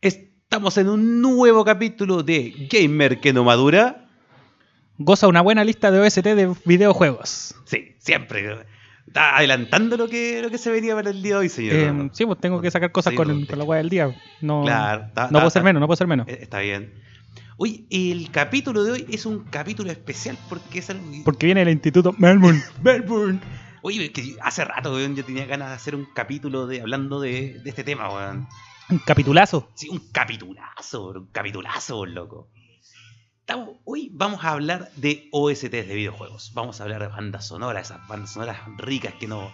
Estamos en un nuevo capítulo de Gamer que no madura. Goza una buena lista de OST de videojuegos. Sí, siempre. eh, Está adelantando lo que, lo que se venía para el día de hoy, señor. Eh, Eduardo. sí, pues tengo que sacar cosas Sí, con, no, el- te- con la hueá del día. No, Claro, está- no está- puedo ser está- menos, no puedo ser menos. Eh, Está bien. Uy, el capítulo de hoy es un capítulo especial porque es algo que... Porque viene el Instituto Melbourne. Melbourne. Oye, que hace rato, weón, yo tenía ganas de hacer un capítulo de hablando de, de este tema, weón. Un capitulazo. Sí, un capitulazo, bro, un capitulazo, loco. Estamos- hoy vamos a hablar de OSTs de videojuegos. Vamos a hablar de bandas sonoras, esas bandas sonoras ricas que no.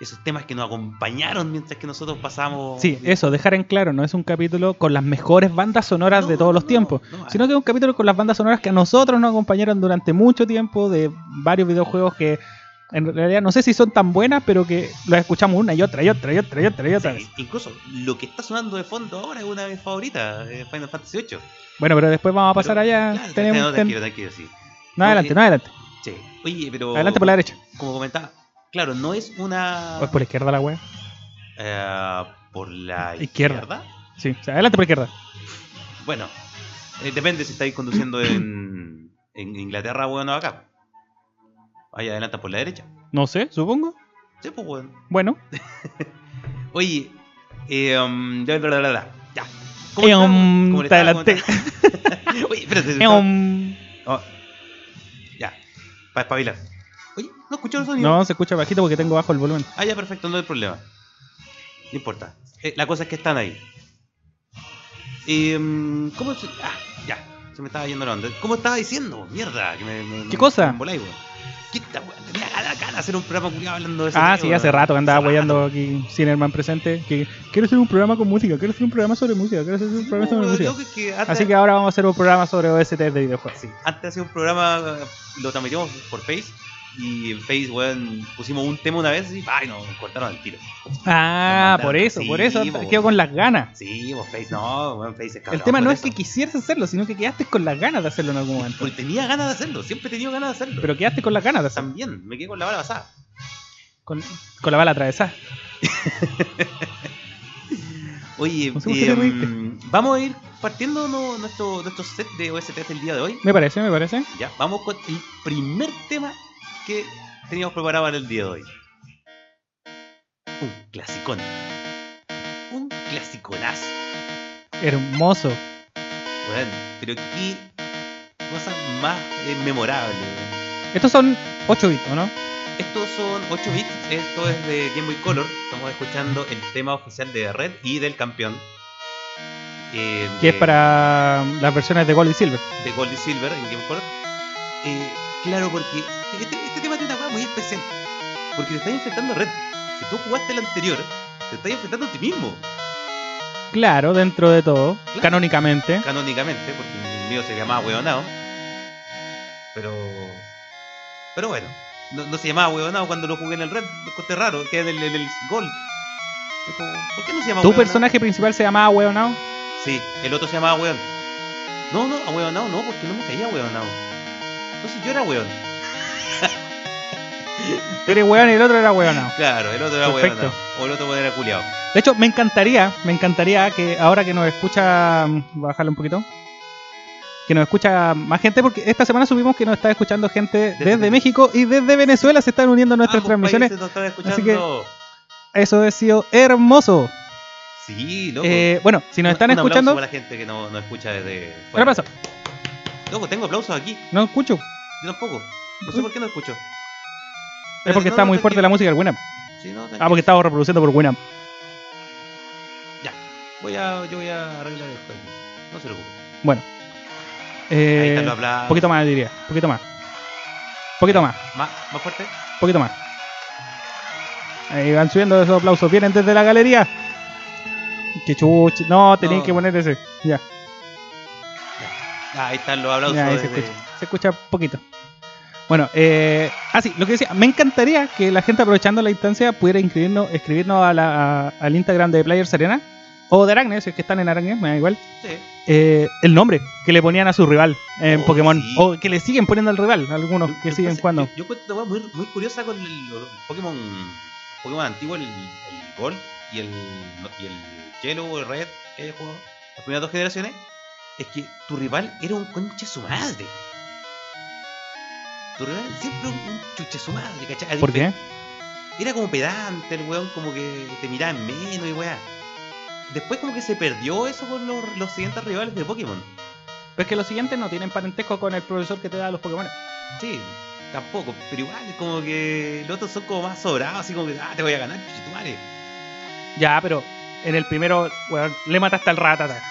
Esos temas que nos acompañaron mientras que nosotros pasamos. Sí, eso, dejar en claro, no es un capítulo con las mejores bandas sonoras No, de todos los no, tiempos, no, ah. sino que es un capítulo con las bandas sonoras que a nosotros nos acompañaron durante mucho tiempo de varios videojuegos que en realidad no sé si son tan buenas, pero que las escuchamos una y otra y otra y otra y otra y otra Sí, vez. incluso lo que está sonando de fondo ahora es una de mis favoritas, eh, Final Fantasy VIII. Bueno, pero después vamos a pasar allá. Claro, tenemos- no, ten- tranquilo, tranquilo, sí. No, adelante, eh, no, adelante. Sí. Oye, pero. Adelante por la derecha. Como comentaba, claro, no es una. O es por la izquierda la wea. eh, por la Izquierda. izquierda. Sí, o sea, adelante por la izquierda. Bueno, eh, depende si estáis conduciendo en, en Inglaterra, weón, o acá. Ahí adelanta por la derecha. No sé, supongo. Sí, pues, weón. Bueno, Oye, eh, um, ya, bla, bla, bla, bla. ya. Eh, estaba, um, weón? ¿Cómo le te estaba, adelanté. weón? Oye, espérate. eh, um, Oh, Ya, para espabilar. Oye, no escuchó el sonido. no se escucha bajito porque tengo bajo el volumen. Ah, ya, perfecto, no hay problema. No importa. Eh, la cosa es que están ahí. Em, ¿Cómo se.? Ah, ya. Se me estaba yendo la onda. ¿Cómo estaba diciendo? Mierda. Que me, me- ¿Qué me- cosa? me emboláis, weón. ¿Qué esta weón? Tenía ganas ganas de hacer un programa culiado hablando de eso. Ah, sí, hace rato que andaba apoyando aquí Cinerman presente. Que quiero hacer un programa con música, quiero hacer un programa sobre música, quiero hacer un programa sobre música. Así que ahora vamos a hacer un programa sobre OST de videojuegos. Sí, antes hacía un programa, eh, lo transmitimos por Face. Y en Face, weón, pusimos un tema una vez y ¡ay! Nos cortaron el tiro. Ah, Nos mandaron. por eso, por Sí, eso po. quedo con las ganas. Sí, vos Face, no, weón, Face es El cabrón tema por no es eso. que quisieras hacerlo, sino que quedaste con las ganas de hacerlo en algún momento. Porque tenía ganas de hacerlo, siempre he tenido ganas de hacerlo. Pero quedaste con las ganas de hacerlo. también, me quedé con la bala pasada. Con, con la bala atravesada. Oye, No sé por qué te em, reíste. vamos a ir partiendo no- nuestro, nuestro set de OSTs del día de hoy. Me parece, me parece. Ya, vamos con el primer tema que teníamos preparado para el día de hoy. Un clasicón. Un clasiconazo. Hermoso. Weón, pero qué cosa más eh, memorable. weón. Estos son 8 bits, ¿o ¿no? Estos son 8 bits, esto es de Game Boy Color. Estamos escuchando el tema oficial de Red y del campeón. Eh, Que es de- para las versiones de Gold y Silver. de Gold y Silver en Game of Color. Eh, claro, porque este, este tema tiene una cosa muy especial. Porque te estás enfrentando a Red. Si tú jugaste el anterior, te estás enfrentando a ti mismo, Claro, dentro de todo, Claro. canónicamente. canónicamente, porque el mío se llamaba Hueonado. Pero. Pero bueno, no, no se llamaba Hueonado cuando lo jugué en el Red. Lo encontré raro, que era en el, en el Gold. Es como, ¿Por qué no se llamaba Tu Hueonao? personaje principal se llamaba Weón Now. Sí, el otro se llamaba Hueón. No, no, a Hueonao no, porque no me caía Hueonao. Entonces yo era Hueón. Tú eres Weón y el otro era Weón Now. Claro, el otro era Perfecto. huevonao. O el otro weón era culiado. De hecho, me encantaría, me encantaría que ahora que nos escucha. mm, Voy a bajarle un poquito. Que nos escucha más gente, porque esta semana supimos que nos está escuchando gente Desde desde, México y desde Venezuela se están uniendo a nuestras Ambos transmisiones. países Ah, nos están escuchando. Así que- Eso ha sido hermoso. Sí, loco. Eh, bueno, si nos Un- están un aplauso escuchando. para la gente que no, no escucha desde. Un fuera. aplauso. Loco, tengo aplausos aquí. No escucho. Yo tampoco. No sé por qué no escucho. Es Pero porque no, está no, muy fuerte la tranquilo. música del Winamp. Sí, no, Ah, tranquilo. porque estaba reproduciendo por Winamp. Ya. Voy a, yo voy a arreglar esto aquí. No se preocupe. Bueno. Ahí Eh, están los aplausos. Un poquito más, diría. Un poquito más. Un poquito más. Más, más fuerte. Un poquito más. Ahí van subiendo esos aplausos. Vienen desde la galería. Que chuche. No, tenían No. que poner ese. Ya. Ah, ahí están los aplausos. ya, ahí se desde- escucha. Se escucha poquito. Bueno, eh, ah, sí, lo que decía, me encantaría que la gente aprovechando la instancia pudiera inscribirnos, escribirnos a la- a- al Instagram de Players Arena o de Aragne, si es que están en Aragne, me da igual. Sí. eh, el nombre que le ponían a su rival en Oh, Pokémon. sí. O que le siguen poniendo al rival, algunos Yo- que yo siguen pasa- jugando. Yo, yo encuentro una weá muy, muy curiosa con el, el Pokémon, Pokémon antiguo, el, el Gold y el, y el Yellow o el Red que haya jugado. las primeras dos generaciones, es que tu rival era un conche su madre. Tu rival siempre un, un chuche su madre, ¿cachai? A ¿Por difer- qué? Era como pedante el weón, como que te miraba menos y weá. Después como que se perdió eso con los, los siguientes rivales de Pokémon. Pues que los siguientes no tienen parentesco con el profesor que te da los Pokémon. Sí, tampoco, pero igual es como que los otros son como más sobrados, así como que, ah, te voy a ganar, chuche tu madre. Ya, pero en el primero, weón, le mataste al ratata.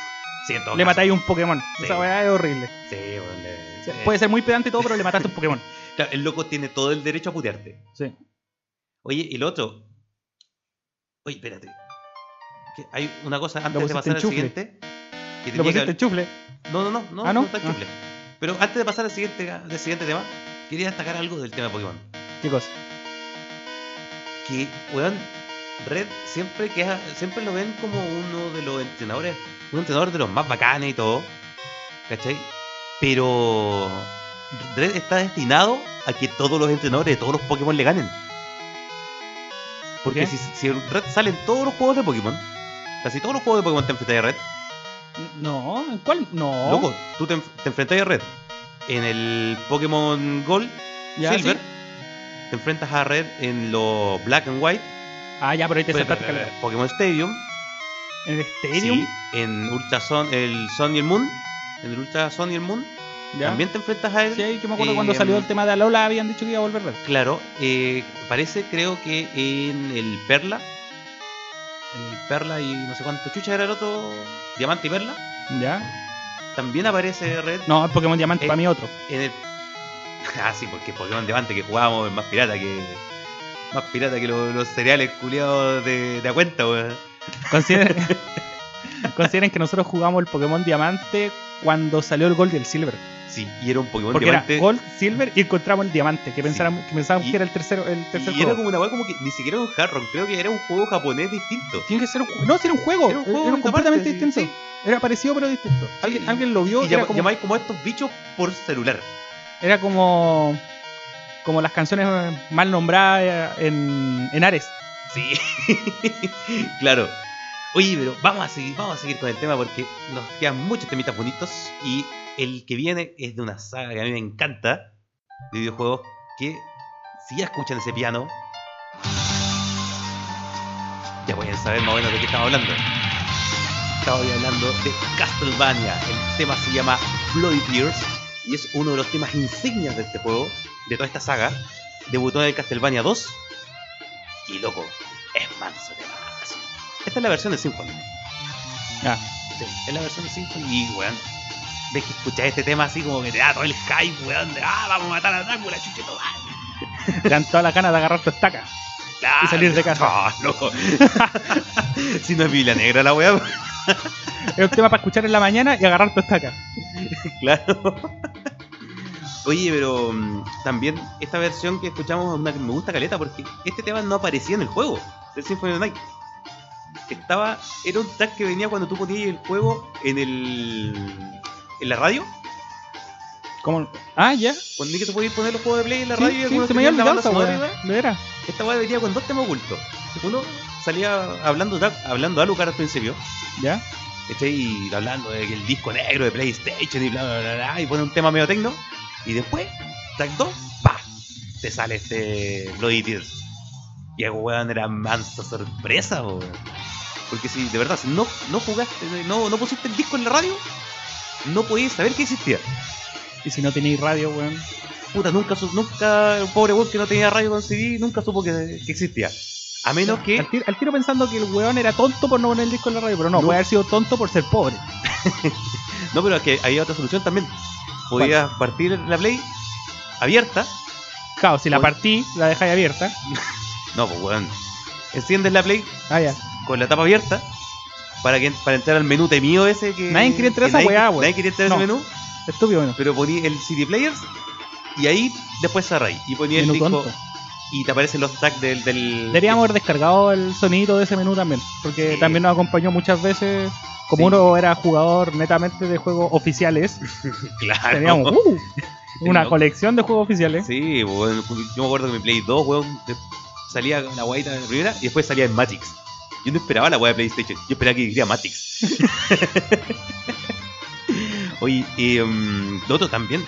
Sí, en todo Le caso. matáis un Pokémon. Sí. Esa weá es horrible. Sí, weón, le- O sea, eh, Puede ser muy pedante y todo, pero le mataste un Pokémon. claro, el loco tiene todo el derecho a putearte. Sí. Oye, y lo otro. Oye, espérate. Que hay una cosa antes de pusiste pasar en al chufle. siguiente. que Lo tenía que pusiste en chufle. hablar- No, no, no, no, Ah, ¿no? no está en Ah. chufle. Pero antes de pasar al siguiente, al siguiente tema, quería destacar algo del tema de Pokémon. Chicos, Que, weón, Red siempre que ha- siempre lo ven como uno de los entrenadores, un entrenador de los más bacanes y todo. ¿Cachai? Pero Red está destinado a que todos los entrenadores de todos los Pokémon le ganen. Porque ¿Qué? si, si en Red salen todos los juegos de Pokémon, casi todos los juegos de Pokémon te enfrentas a Red. no, ¿en cuál? No. Loco, tú te, enf- te enfrentas a Red. En el Pokémon Gold, Ya, Silver, sí. te enfrentas a Red en los Black and White, Ah, ya, pero ahí te pues, saltaste caleta. Pokémon Stadium, En el Stadium. sí, en Ultra Sun, el Sun y el Moon, en el Ultra Sun y el Moon, ya. también te enfrentas a él. Sí, que me acuerdo Eh, cuando salió el tema de Alola habían dicho que iba a volver red. Claro, eh, parece, creo que en el Perla, en el Perla y no sé cuánto chucha era el otro, Diamante y Perla, ¿Ya? también aparece Red. No, el Pokémon Diamante Eh, para mí otro. En el... Ah, sí, porque Pokémon Diamante que jugábamos es más pirata que. Más pirata que los, los cereales culiados de, de a cuenta, weón. Consideren, consideren que nosotros jugamos el Pokémon Diamante cuando salió el Gold y el Silver. Sí, y era un Pokémon Porque Diamante. era Gold, Silver y encontramos el Diamante, que Sí. pensábamos, que, pensábamos Y- que era el tercero, el tercer y era juego. como una weá como que ni siquiera era un Harron, creo que era un juego japonés distinto. Tiene que ser un ju- No, si era un juego. Era, Era un juego era aparte, completamente sí, distinto. sí. Era parecido pero distinto. Alguien, Sí, alguien lo vio Y y era llama- como, llamáis como a estos bichos por celular. era como. como las canciones eh, mal nombradas eh, en, en Ares. Sí. claro. Oye, pero vamos a seguir, vamos a seguir con el tema porque nos quedan muchos temitas bonitos y el que viene es de una saga que a mí me encanta de videojuegos que si ya escuchan ese piano ya pueden saber más o menos de qué estamos hablando. Estamos hablando de Castlevania. El tema se llama Bloody Tears y es uno de los temas insignias de este juego, de toda esta saga. Debutó en el Castlevania 2 y loco, es manso de manso. Esta es la versión de Symphony. Ah, Sí, es la versión de Symphony y weón. Ves que escuchás este tema así como que te da todo el hype, weón, de ah, vamos a matar a Drácula, chuchito, va. te dan todas las ganas de agarrar tu estaca. Claro. Y salir de casa. Ah, loco. si no es Vila Negra la weá, Es un tema para escuchar en la mañana y agarrar tu estaca. claro. Oye, pero mm, también esta versión que escuchamos es una que me gusta caleta porque este tema no aparecía en el juego del Symphony of the Night. Estaba, era un track que venía cuando tú ponías el juego en el en la radio. Como, ah, ya. Cuando dije que tú podías poner los juegos de play en la Sí, radio sí, y algunos se me había tenían la olvidado banda esa sonora, weá. ¿verdad? De veras. Esta weá venía con dos temas ocultos. Uno salía hablando, hablando a Lucar al principio. Ya. Estoy hablando de que el disco negro de PlayStation y bla bla bla, bla, y pone un tema medio tecno y después, track 2, pa, te sale este Bloody Tears. Y el weón era mansa sorpresa, weón. Porque si de verdad, si no, no jugaste, no, no pusiste el disco en la radio, no podías saber que existía. Y si no tenéis radio, weón. Puta, nunca, su- nunca, el pobre weón que no tenía radio con CD, nunca supo que, que existía. A menos que Al tiro, al tiro pensando que el weón era tonto por no poner el disco en la radio, pero no, No. puede haber sido tonto por ser pobre. No, pero es que había otra solución también. Podías partir la Play abierta. Claro, si la Bueno. partí, la dejáis abierta. No, pues weón. Enciendes la Play Ah, ya. con la tapa abierta para que para entrar al menú temido ese que. Nadie quería entrar a que esa nadie- weá, weón. Nadie quería entrar a ese No. menú, Estúpido, bueno. pero poní el CD Players y ahí después cerráis. Y ponía el Menú disco tonto. y te aparecen los tracks del. del Deberíamos haber descargado el sonido de ese menú también, porque Sí. también nos acompañó muchas veces. Como Sí. uno era jugador netamente de juegos oficiales, Claro. teníamos ¡uh! una Teníamos- colección de juegos oficiales. Sí, weón. Yo me acuerdo que mi Play 2, weón, te- salía la guaita de la primera y después salía en Matrix. Yo no esperaba la weá de PlayStation. Yo esperaba que diría Matrix. Oye, eh, mm, lo otro también.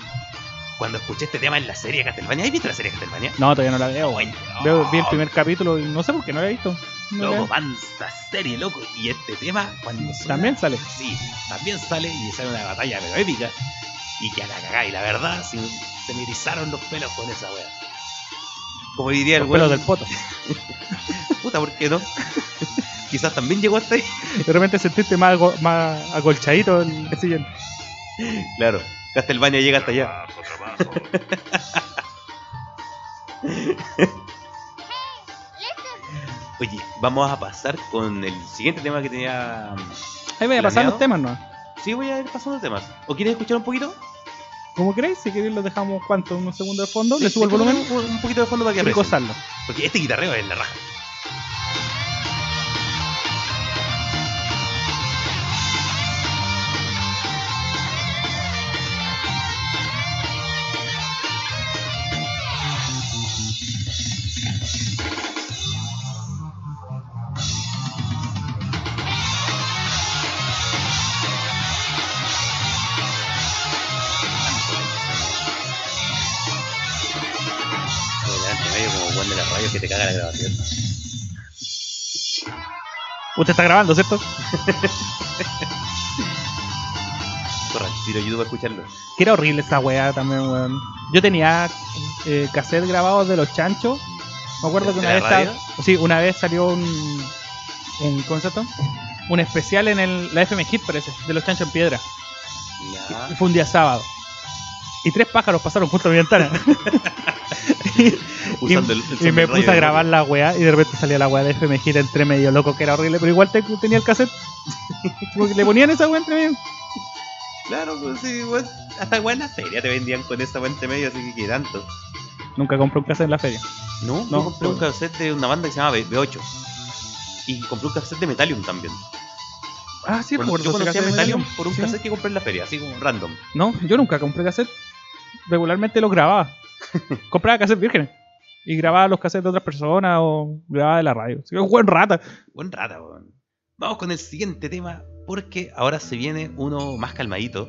Cuando escuché este tema en la serie de Castlevania, ¿has visto la serie de Castlevania? No, todavía no la veo. Oye, Veo, no, vi el primer capítulo y no sé por qué no la he visto. No la Loco, veo. panza serie, loco. Y este tema, cuando suena- También sale. Sí, también sale y sale una batalla pero épica. Y que a la cagá, y la verdad, se, se me erizaron los pelos con esa wea. Como diría el Los pelos weón, del poto. puta, ¿por qué no? Quizás también llegó hasta ahí. De repente sentiste más, ago- más acolchadito el el sillón. Claro, Castelvania llega hasta allá. Trabajo, trabajo. Oye, vamos a pasar con el siguiente tema que tenía. Ahí voy a pasar ¿Planeado? los temas, ¿no? Sí, voy a ir pasando temas. ¿O quieres escuchar un poquito? Como queréis, si queréis los dejamos cuánto, unos segundos de fondo, le Sí, subo el sí, volumen Un, un poquito de fondo para que y aprecien. gozarlo. Porque este guitarreo es la raja. Delante, medio como Juan de la radio que te caga la grabación. Usted está grabando, ¿cierto? Corre, tiro YouTube a escucharlo. Que era horrible esa weá también, weón. Yo tenía eh, cassette grabados de los chanchos. Me acuerdo que una ¿De vez, la sal- sí, una vez salió un, un concepto, un especial en el, la FM Hit, parece, de los chanchos en piedra. Ya. Fue un día sábado. Y tres pájaros pasaron junto a mi ventana. y, Usando el- el y me sombrero puse de- a grabar la weá y de repente salía la weá de FM Hit entre medio, loco, que era horrible, pero igual te- tenía el cassette. Como que le ponían esa weá entre medio. Claro, pues sí, weón. Hasta weón en la feria te vendían con esa weón entre medio, así que qué tanto. Nunca compré un cassette en la feria. No, No, yo compré un pues- cassette de una banda que se llama B- B8. Y compré un cassette de Metallium también. Ah, sí, Bueno, recuerdo yo ese conocí a cassette de Metallium Metallium. por un Sí. cassette que compré en la feria, así como random. No, yo nunca compré cassette. Regularmente los grababa. compraba cassettes vírgenes. Y grababa los cassettes de otras personas o grababa de la radio. Así que un buen rata. Buen rata, weón. Vamos con el siguiente tema, porque ahora se viene uno más calmadito,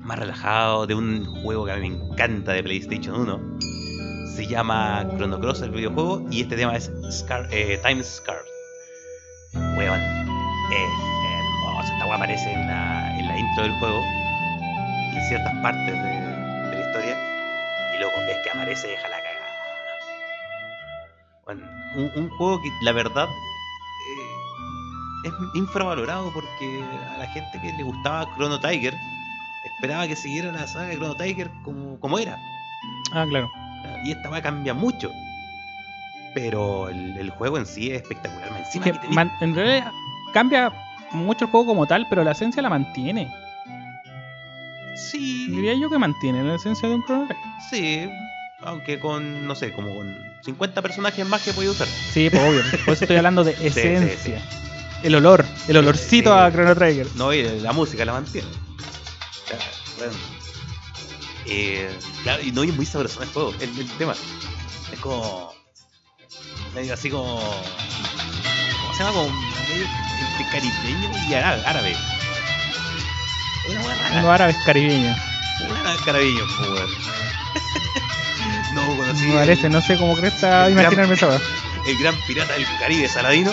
más relajado, de un juego que a mí me encanta de PlayStation 1. Se llama Chrono Cross el videojuego y este tema es Scar, eh, Time Scar. Weón, es hermoso. Esta weá aparece en la, en la intro del juego y en ciertas partes de, de la historia. Y luego ves que aparece y deja la cagada. Bueno, un, un juego que la verdad eh, es infravalorado porque a la gente que le gustaba Chrono Tiger esperaba que siguiera la saga de Chrono Tiger como, como era. Ah, claro. Y esta va a cambiar mucho. Pero el, el juego en sí es espectacular. más Encima Que que tenés- man- en realidad cambia mucho el juego como tal, pero la esencia la mantiene. sí, Diría yo que mantiene la esencia de un Chrono Trigger. sí, aunque con, no sé, como con 50 personajes más que podía usar. Sí, pues obvio. Por eso estoy hablando de sí, esencia. El olor, el olorcito Sí. a Chrono Trigger. No, y la música la mantiene. Ya, bueno. Eh, claro, y no es muy sabroso el juego, el, el tema. Es como. medio así como. ¿Cómo se llama? Como medio entre caribeño y árabe. árabe. Una hueá rara. No árabes caribeños. Una caribeño, po, pues, weón. No conocí. Me el- parece, este, no sé cómo crees el gran- imaginarme esa weá. el gran pirata del Caribe, Saladino.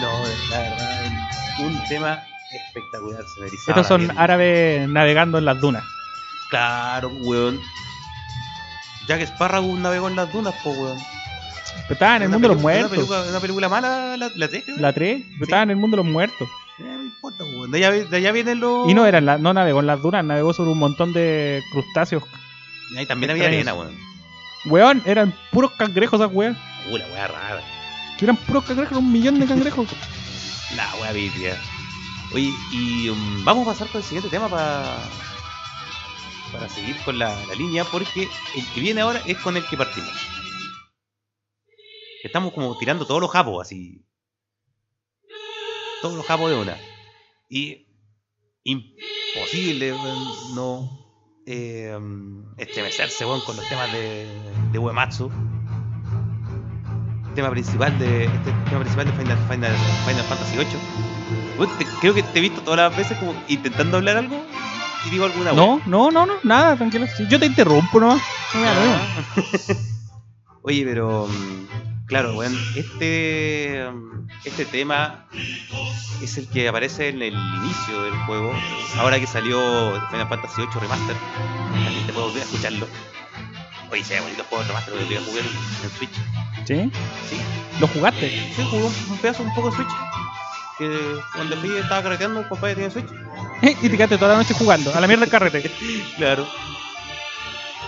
no, la verdad, un tema espectacular. Se me erizaba la Estos son piel. árabes navegando en las dunas. Claro, weón. Jack Sparrow navegó en las dunas, po, weón. Pero estaban Ah, en el Una mundo de los pelicu- una muertos. película- Una película mala, la, la tres, creo. La 3, Sí. estaba en el mundo de los muertos. Eh, no importa, weón. De allá, de allá vienen los. Y no era en la- no navegó en las dunas, navegó sobre un montón de crustáceos. Ahí también había Extraños. arena, weón. Weón, eran puros cangrejos esas weas. Uh, la weá rara. Que eran puros cangrejos, un millón de cangrejos. La wea biblia. Oye, y um, vamos a pasar con el siguiente tema para para seguir con la, la línea, porque el que viene ahora es con el que partimos. Estamos como tirando todos los japos, así. Todos los japos de una. Y imposible, weón, no, eh, estremecerse weón, con los temas de, de Uematsu. Tema principal de, este tema principal de Final, Final, Final Fantasy VIII. Weón, te- creo que te he visto todas las veces como intentando hablar algo y digo alguna weá. No, no, no, no, nada, tranquilo. Si yo te interrumpo nomás. No me da lo mismo. Ah. Oye, pero mm, claro, weón, este mm, este tema es el que aparece en el inicio del juego. Ahora que salió Final Fantasy VIII Remaster, también te puedo volver a escucharlo. Oye, se ve bonito el juego remaster que voy a jugar en en Switch. ¿Sí? Sí, ¿Lo jugaste? sí, jugué un un pedazo un poco de Switch. Que cuando fui estaba carreteando, un compadre tenía Switch. y te quedaste toda la noche jugando, a la mierda el carrete. Claro.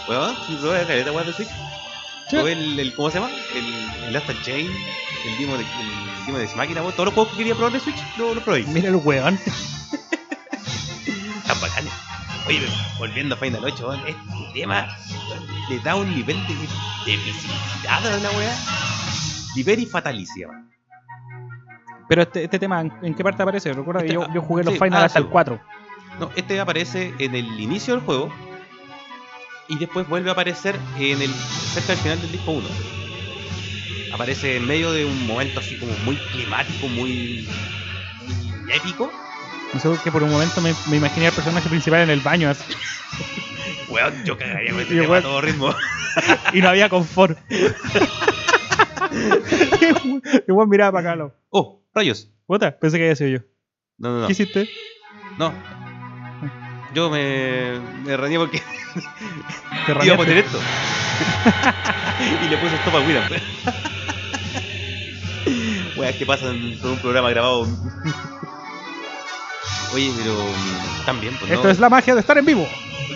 Weón, si probé la caleta, weón, de Switch. Sí. Probé el, el- ¿cómo se llama? El, el Astral Chain, el Dimo de, el Dimo de Máquina, weón. Todos los juegos que quería probar de Switch, lo, lo probé. Mira el weón. Están bacanes. Oye, pero volviendo a Final 8, weón, este tema weón, le da un nivel de, de visibilidad a la weá. Liberi Fatalicia, weón. Pero este, este tema, ¿en- ¿en qué parte aparece? Recuerda que Este- yo, yo jugué los sí, Final ah, hasta sí, el 4. No, este aparece en el inicio del juego y después vuelve a aparecer en el cerca del final del disco 1. Aparece en medio de un momento así como muy climático, muy, muy épico. No sé por qué por un momento me, me imaginé al personaje principal en el baño así, Weón, yo cagaría con este Y tema weón- a todo ritmo. y no había confort. Igual miraba para acá, lo. Oh, rayos. Puta, pensé que había sido yo. No, no, no. ¿Qué hiciste? no. Yo me, me reñí porque Te iba a rayaste. poner esto. y le puse stop a William. Weas que pasan por un programa grabado. Oye, pero mm, también, pues Esto no. es la magia de estar en vivo.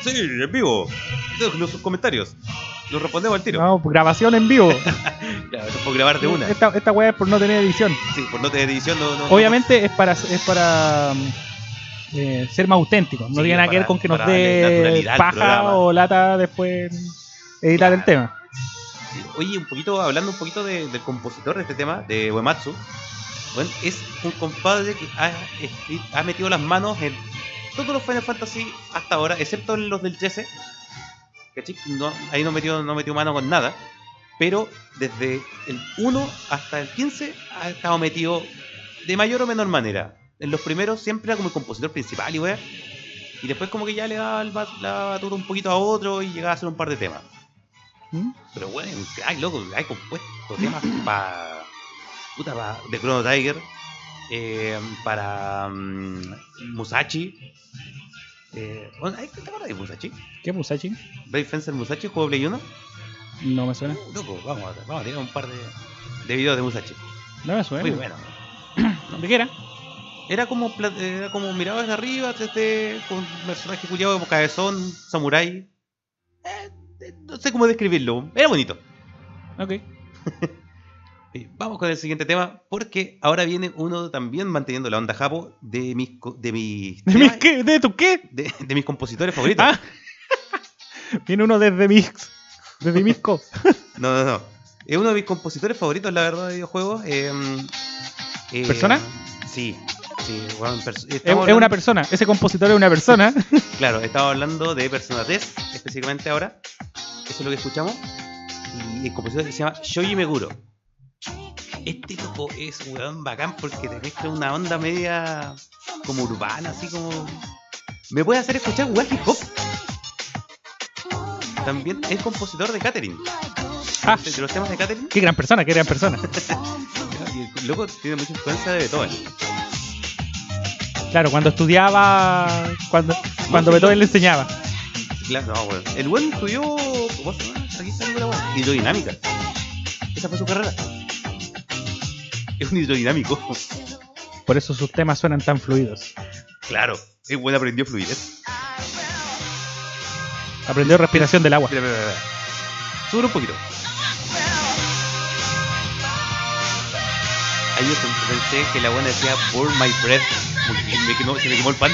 Sí, en vivo. Dejen los sus comentarios. Los respondemos al tiro. No, grabación en vivo. Claro, eso por grabar de una. Esta, esta weá es por no tener edición. Sí, por no tener edición, no. no Obviamente es para, es para mm, eh, ser más auténtico. No Sí, tiene nada que para- ver con que nos para darle dé naturalidad al paja programa. o lata después en editar Claro. el tema. Sí, Oye, un poquito, hablando un poquito de- del compositor de este tema, de Uematsu, bueno, es un compadre que ha, escri- ha metido las manos en todos los Final Fantasy hasta ahora, excepto en los del 13. ¿Cachai? No, ahí no metió, no metió mano con nada. Pero desde el 1 hasta el 15 ha estado metido de mayor o menor manera. En los primeros siempre era como el compositor principal y weá. Y después como que ya le daba el bat- la batuta un poquito a otro y llegaba a hacer un par de temas. ¿Mm? Pero bueno, ay loco, hay compuesto temas para. Puta, pa- de Chrono Tiger, eh, para mm, Musashi. Eh, bueno, ay, ¿Te acuerdas de Musashi? ¿Qué Musashi? Brave Fencer Musashi, juego de Play 1. No me suena. Uh, loco, vamos a, vamos a tirar un par de, de videos de Musashi. No me suena. Muy bueno. ¿De qué era? Era como, pla- era como mirado desde arriba, este, con un personaje culiado como cabezón, samurái. Eh, eh, no sé cómo describirlo, era bonito. Ok. Eh, Vamos con el siguiente tema, porque ahora viene uno también manteniendo la onda japo de mis, co- de mis, ¿De, mis temas- qué? ¿De tu qué? de- de mis compositores favoritos. Ah. Viene uno desde Mix. Desde Misco. No, no, no. Es uno de mis compositores favoritos, la verdad, de videojuegos. eh, eh, ¿Persona? Sí. sí weón, pers- Es, estamos es una hablando- persona. Ese compositor es una persona. Claro, estaba hablando de Persona 3, específicamente ahora. Eso es lo que escuchamos. Y el compositor que se llama Shoji Meguro. Este loco es un weón bacán porque te mezcla una onda media como urbana, así como. Me puede hacer escuchar weón hip hop. También es compositor de Catherine. Ah, De los temas de Catherine, qué gran persona, qué gran persona. y el loco tiene mucha influencia de Beethoven. Claro, cuando estudiaba. Cuando, cuando Beethoven le enseñaba. Claro, no, weón. El weón estudió. ¿Cómo se llama? Aquí está la weón. Hidrodinámica. Esa fue su carrera. Es un hidrodinámico. Por eso sus temas suenan tan fluidos. Claro. El weón aprendió ¿eh? fluidez. Aprendió respiración del agua. Mira, mira, mira. mira. Súbelo un poquito. Ahí yo pensé que la buena decía Pour my breath. Como que me quemó- se me quemó el pan.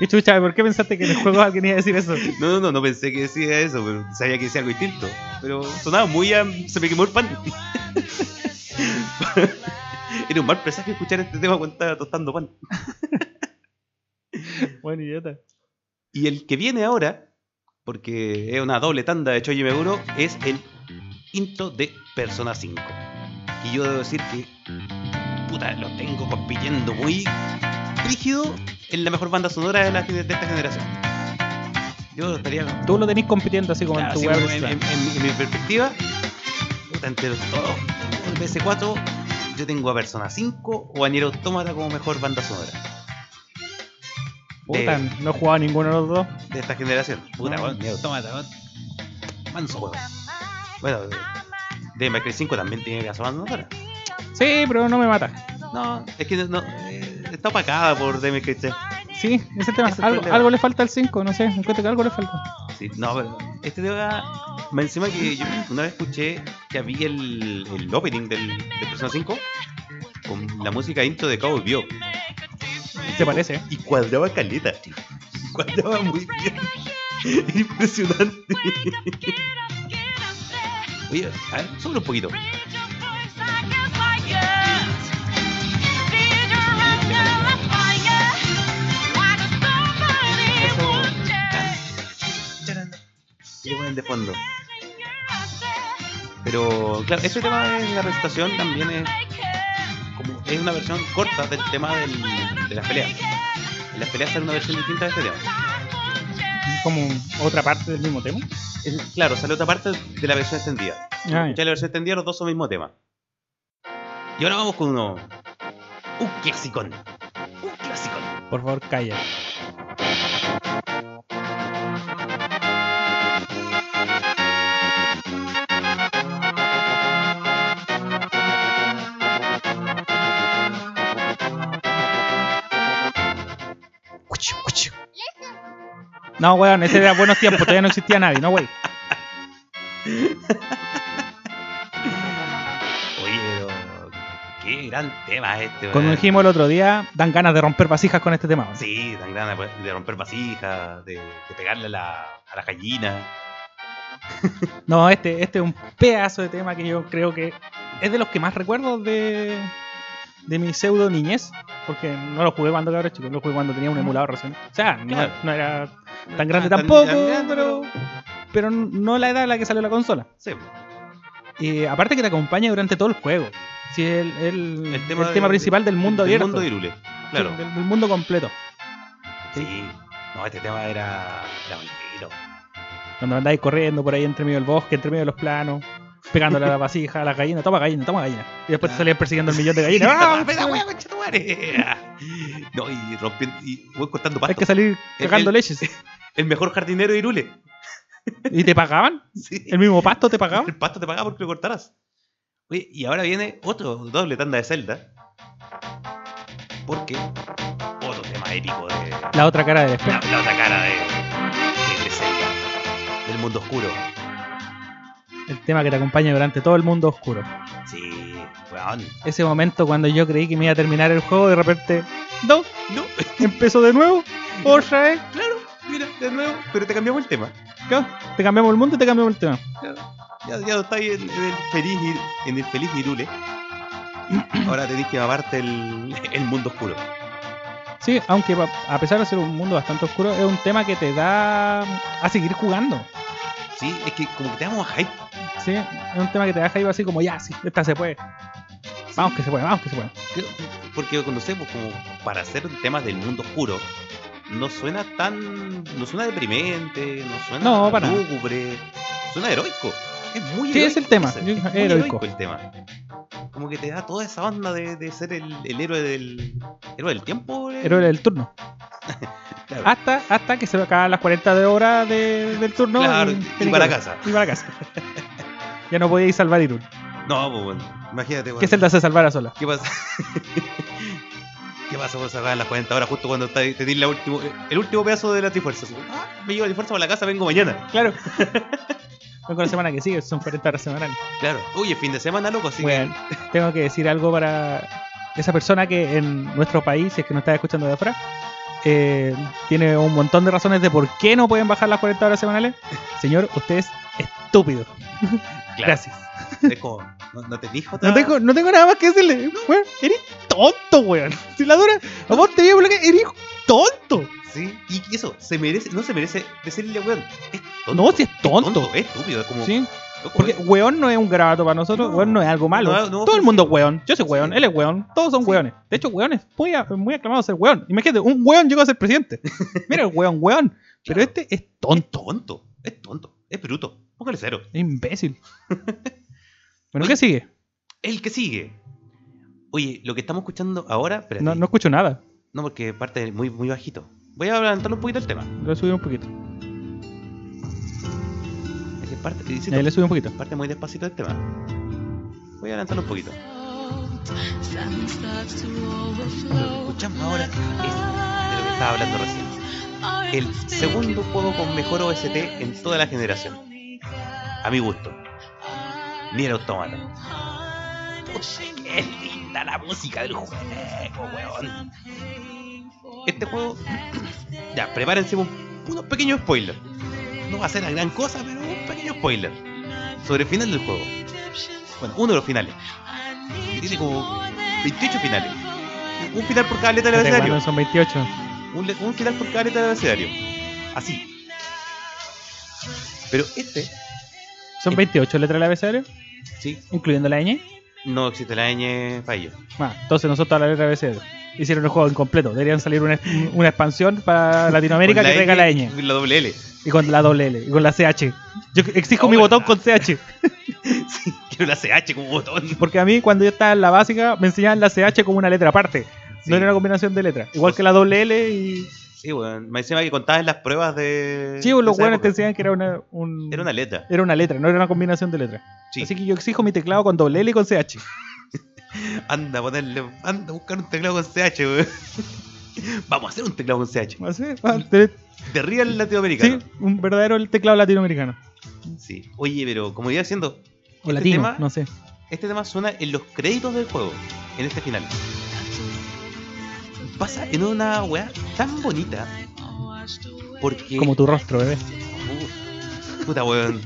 Y chucha, ¿por qué pensaste que en el juego alguien iba a decir eso? No, no, no, no pensé que decía eso, pero sabía que decía algo distinto. Pero sonaba muy a. Se me quemó el pan. Era un mal presagio escuchar este tema cuando estaba tostando pan. Buen idiota. Y el que viene ahora, porque es una doble tanda de Choji Meguro, es el quinto de Persona 5. Y yo debo decir que, puta, lo tengo compitiendo muy rígido en la mejor banda sonora de, la- de esta generación. Yo estaría Tú lo tenés compitiendo así como Claro, en sí, pues, tu web. en, en- en mi- en mi perspectiva, puta, entre los dos, el PS4, yo tengo a Persona 5 o a Nier Automata como mejor banda sonora Puta, no he jugado a ninguno de los dos. de esta generación. Puta, No. weón, Nier Automata, weón. Manso juego. Bueno, de- de May Cry 5 también tiene que hacer banda sonora. Sí, pero no me mata. No, es que no, eh, está opacada por Devil May Cry 3. Sí, ese es el tema. Ese es el algo, problema. algo le falta al 5, no sé. Encuentro que algo le falta. Sí, no, pero este tema. Me encima que yo una vez escuché que había el, el opening del, de Persona 5 con la música intro de Cowboy Bebop. ¿Te parece? ¿eh? Y cuadraba caleta. Cuadraba muy bien. Impresionante. Oye, a ver, sube un poquito. Eso. Charan. Y le ponen de fondo. Pero, claro, este tema de la presentación también es como es una versión corta del tema del, de las peleas. En las peleas sale una versión distinta de este tema. Como otra parte del mismo tema. Es- claro, sale otra parte de la versión extendida. Ah, Ya la versión extendida, los dos son el mismo tema. Y ahora vamos con uno. Un clasicón. Un clasicón. por favor, calla. No, weón, ese era buenos tiempos, todavía no existía nadie, no, wey. Oye, pero. Qué gran tema este, Como weón. dijimos el otro día, dan ganas de romper vasijas con este tema. weón. Sí, tan grande pues, de romper vasijas, de, de pegarle a la, a la gallina. No, este, este es un pedazo de tema que yo creo que es de los que más recuerdo de, de mi pseudo niñez, porque no lo jugué cuando cabrón chico, lo jugué cuando tenía un emulador recién. O sea, no, Claro. no No era, Tan estaba grande tampoco, Ah, grande, pero- pero no la edad a la que salió la consola. Sí, Eh, aparte que te acompaña durante todo el juego. Si el, el- el tema, el tema de- principal del mundo abierto. Del mundo virule, claro. Sí, del, del mundo completo. Sí. No, este tema era. Era bonito. Cuando andáis corriendo por ahí entre medio del bosque, entre medio de los planos, pegándole a la vasija, a la gallina, toma gallina, toma gallina. Y después Ah. te salías persiguiendo el millón de gallinas. ¡Ah! ¡Peda hueá, conchetumare! No, y rompiendo. Y voy cortando Hay pasto. que salir cagando el- leches. El mejor jardinero de Irule. ¿Y te pagaban? Sí. ¿El mismo pasto te pagaban? El pasto te pagaba porque lo cortarás. Oye, y ahora viene otro doble tanda de Zelda. Porque otro tema épico de la, La otra cara del espejo. la otra cara de, de- de Zelda. Del mundo oscuro. El tema que te acompaña durante todo el mundo oscuro. Sí, weón. Ese momento cuando yo creí que me iba a terminar el juego, de repente. ¡No! No, Empezó de nuevo. Otra vez. claro, mira, de nuevo, pero te cambiamos el tema. ¿qué? Te cambiamos el mundo y te cambiamos el tema. Ya, ya no estáis en, en el feliz Ir- en el feliz Irule. Ahora tenéis que mamarte el, el mundo oscuro. Sí, aunque pa- a pesar de ser un mundo bastante oscuro, es un tema que te da a seguir jugando. Sí, es que como que te damos a hype. Sí, es un tema que te deja ahí así como ya, sí, esta se puede. Vamos que se puede, vamos que se puede. Creo- Porque conocemos como para hacer temas del mundo oscuro, no suena tan. no suena deprimente, no suena No, para nada. lúgubre, suena heroico. Es muy Sí, es el tema, ese, yo- es es muy heroico. heroico el tema. Como que te da toda esa onda de, de ser el, el héroe del. héroe del tiempo. eh. el- Héroe del turno. claro. Hasta, hasta que se acaban las 40 de horas de- del turno. Claro, y tiene para que volver. casa. Y para casa. ya no podíais salvar Irul. No, pues bueno, imagínate, Que bueno, Zelda se salvara sola. ¿Qué pasa? ¿Qué pasa por sacar las 40 horas justo cuando está- tenéis la último, el último pedazo de la trifuerza? Así, Ah, me llevo la trifuerza para la casa, vengo mañana. Claro. Vengo la semana que sigue, son 40 horas semanales. Claro. Oye, fin de semana, loco, así Bueno, tengo que decir algo para esa persona que en nuestro país, si es que no está escuchando de afuera, eh, tiene un montón de razones de por qué no pueden bajar las 40 horas semanales, señor, usted es estúpido. Claro, Gracias. es como, no, no te dijo No tengo, no tengo nada más que decirle. Weón, eres tonto, weón. Si la dura, a vos te digo, eres tonto. Sí, y eso, se merece, no se merece decirle, weón. Es tonto. No, si es tonto. Es estúpido, es como. Sí. loco, Porque es- weón no es un grabato para nosotros, No. weón no es algo malo. No, no, Todo el pues, mundo sí. es weón. Yo soy weón, Sí. él es weón, todos son Sí. weones. De hecho, weón es muy, a- muy aclamado ser weón. Imagínate, un weón llegó a ser presidente. Mira, el weón, weón. Pero Claro. este es tonto, tonto, es tonto, es bruto. Póngale cero. es imbécil. Bueno, Oye, ¿qué sigue? El que sigue. Oye, lo que estamos escuchando ahora. espérate. No, no escucho nada. No, porque parte muy, muy bajito. Voy a adelantar un poquito el tema. Lo subí un poquito. Es que parte, insisto, Ahí le subí un poquito. parte muy despacito el tema. Voy a adelantarlo un poquito. Lo que escuchamos ahora es de De lo lo que estaba hablando recién. El segundo juego con mejor OST en toda la generación. A mi gusto. Ni el Nier automata. Automata. ¡Qué linda la música del juego, weón! Este juego. Ya, prepárense un- unos pequeños spoilers. No va a ser la gran cosa, pero un pequeño spoiler. Sobre el final del juego. Bueno, uno de los finales. Que tiene como 28 finales. Un final por cada letra del Espérate, abecedario. cuando Este, son 28. Un, le- un final por cada letra del abecedario. Así. Pero este, ¿Son Eh. 28 letras del abecedario? sí, ¿Incluyendo la ñ? no existe la ñ para ello. Ah, entonces nosotros todas las letras abecedario. Hicieron el juego incompleto. Deberían salir una, una expansión para Latinoamérica Con que traiga la ñ. La doble L. Y con la doble L, y con la CH. Yo exijo Oh, mi ¿verdad? botón con CH. Sí, quiero la CH como botón. Porque a mí, cuando yo estaba en la básica, me enseñaban la CH como una letra aparte. Sí. No era una combinación de letras. Igual que la doble L y. Sí, weón. Me decían que contabas las pruebas de. Sí, los de esa buenos época. te enseñaban que era una, un- Era una letra. era una letra, no era una combinación de letras. Sí. Así que yo exijo mi teclado con doble L y con CH. Anda a ponerle. Anda a buscar un teclado con CH, weón. Vamos a hacer un teclado con CH. Así, ah, de- De Real sí, Latinoamericano. un verdadero el teclado latinoamericano. Sí. Oye, pero como iba diciendo, O Este latino, tema- no sé. este tema suena en los créditos del juego. En este final. Pasa en una weá tan bonita. Porque. Como tu rostro, bebé. Uf, puta, weón.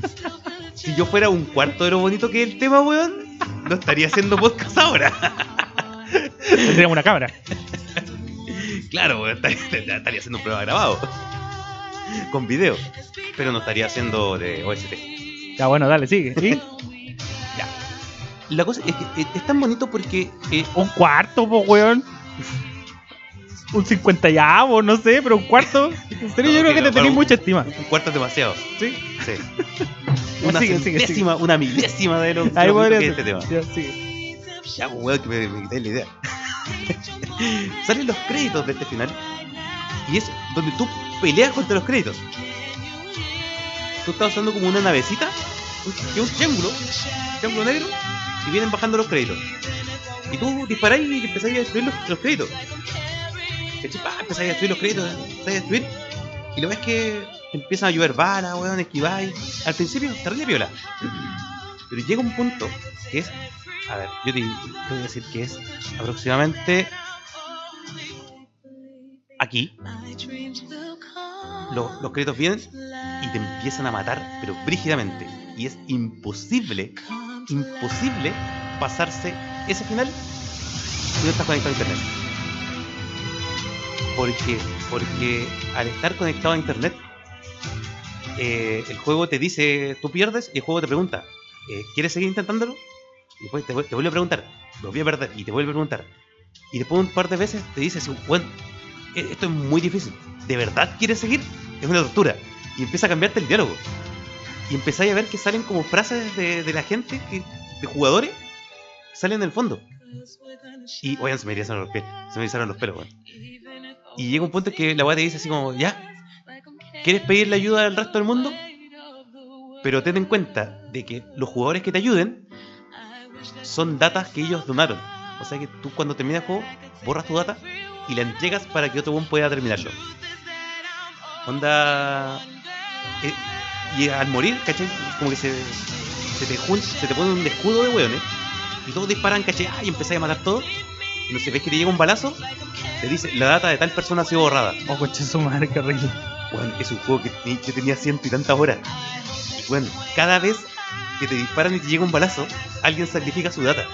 Si yo fuera un cuarto de lo bonito que es el tema, weón, no estaría haciendo podcast ahora. Tendría una cámara. Claro, weón, estaría, estaría haciendo un programa grabado. Con video. Pero no estaría haciendo de OST. Ya, bueno, dale, sigue. ¿Y? La cosa es que eh, es tan bonito porque eh, Un cuarto, po, weón. Un cincuentavo, no sé, pero un cuarto. En serio, No, yo creo que no, que te tenéis bueno. mucha estima. un cuarto es demasiado. Sí. Sí. Una Sigue, sigue, centésima, una milésima de lo, de lo Ahí bonito podría que es este ser. tema. Ya, sigue. Ya, pues, weón, que me, me quitáis la idea. Salen los créditos de este final. Y es donde tú peleas contra los créditos. Tú estás usando como una navecita, que es un triángulo, triángulo negro, y vienen bajando los créditos. Y tú disparáis y empezáis a destruir los, los créditos. ah, ¿Cachai? Pa, Empezáis a destruir los créditos, ¿eh? empezáis a destruir. Y lo ves que te empiezan a llover balas, weón, esquiváis. Al principio, terrible viola. Pero llega un punto que es a ver, yo te, te voy a decir que es aproximadamente aquí. Lo- los créditos vienen y te empiezan a matar, pero brígidamente. Y es imposible, imposible pasarse ese final si no estás conectado a internet. ¿Por qué? Porque al estar conectado a internet, eh, el juego te dice, tú pierdes y el juego te pregunta, eh, ¿quieres seguir intentándolo? Y después te, vu- te vuelve a preguntar, volví a perder y te vuelve a preguntar. Y después un par de veces te dice, así, bueno, e- esto es muy difícil, ¿de verdad quieres seguir? Es una tortura. Y empieza a cambiarte el diálogo. Y empezáis a ver que salen como frases de, de la gente, que, de jugadores, salen del fondo. Y, oigan, se me erizaron los pies, se me erizaron los pelos, weón. Y llega un punto en que la weá te dice así como, ya, ¿quieres pedirle ayuda al resto del mundo? Pero ten en cuenta de que los jugadores que te ayuden son datas que ellos donaron. O sea que tú cuando terminas el juego, borras tu data y la entregas para que otro buen pueda terminarlo. Onda... eh, y al morir, ¿cachai? Como que se, se, te, jun- se te pone un escudo de hueones y todos disparan, ¿cachai? Ah, y empezáis a matar todo. Y no sé, ves que te llega un balazo, te dice la data de tal persona ha sido borrada. Oh, coche su madre, qué horrible. Bueno, es un juego que te- yo tenía ciento y tantas horas. Y bueno, cada vez que te disparan y te llega un balazo, alguien sacrifica su data.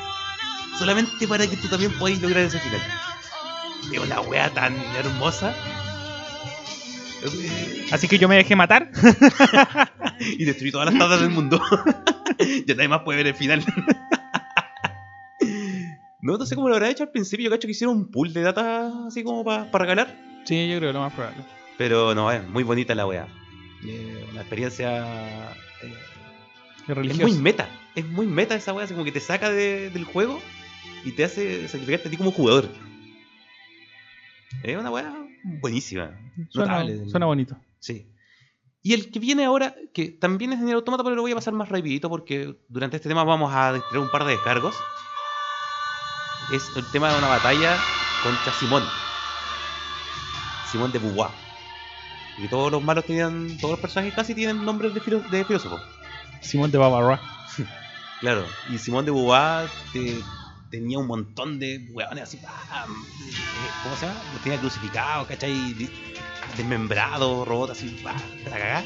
Solamente para que tú también puedas lograr ese final. Es una wea tan hermosa. Así que yo me dejé matar. Y destruí todas las datas del mundo. ya nadie más puede ver el final. no, no sé cómo lo habrá hecho al principio. Yo cacho que hicieron un pool de datas así como para regalar. Sí, yo creo lo más probable. Pero no, es muy bonita la wea. Eh, una experiencia. eh, Es es religioso. muy meta. Es muy meta esa wea. Así como que te saca de- del juego y te hace sacrificarte a ti como jugador. Es una wea buenísima. suena, notable. suena bonito. Sí. Y el que viene ahora, que también es en el automata, pero lo voy a pasar más rapidito porque durante este tema vamos a tener un par de descargos. Es el tema de una batalla contra Simón. Simón de Beauvoir. Y todos los malos tenían, todos los personajes casi tienen nombres de, filo- de filósofos. Simón de Babarra. Claro. Y Simón de Beauvoir te- tenía un montón de hueones así, ¡pam! ¿cómo se llama? Los tenía crucificados, ¿cachai? Di- Desmembrado, robot así, ¡pam! Te la cagá.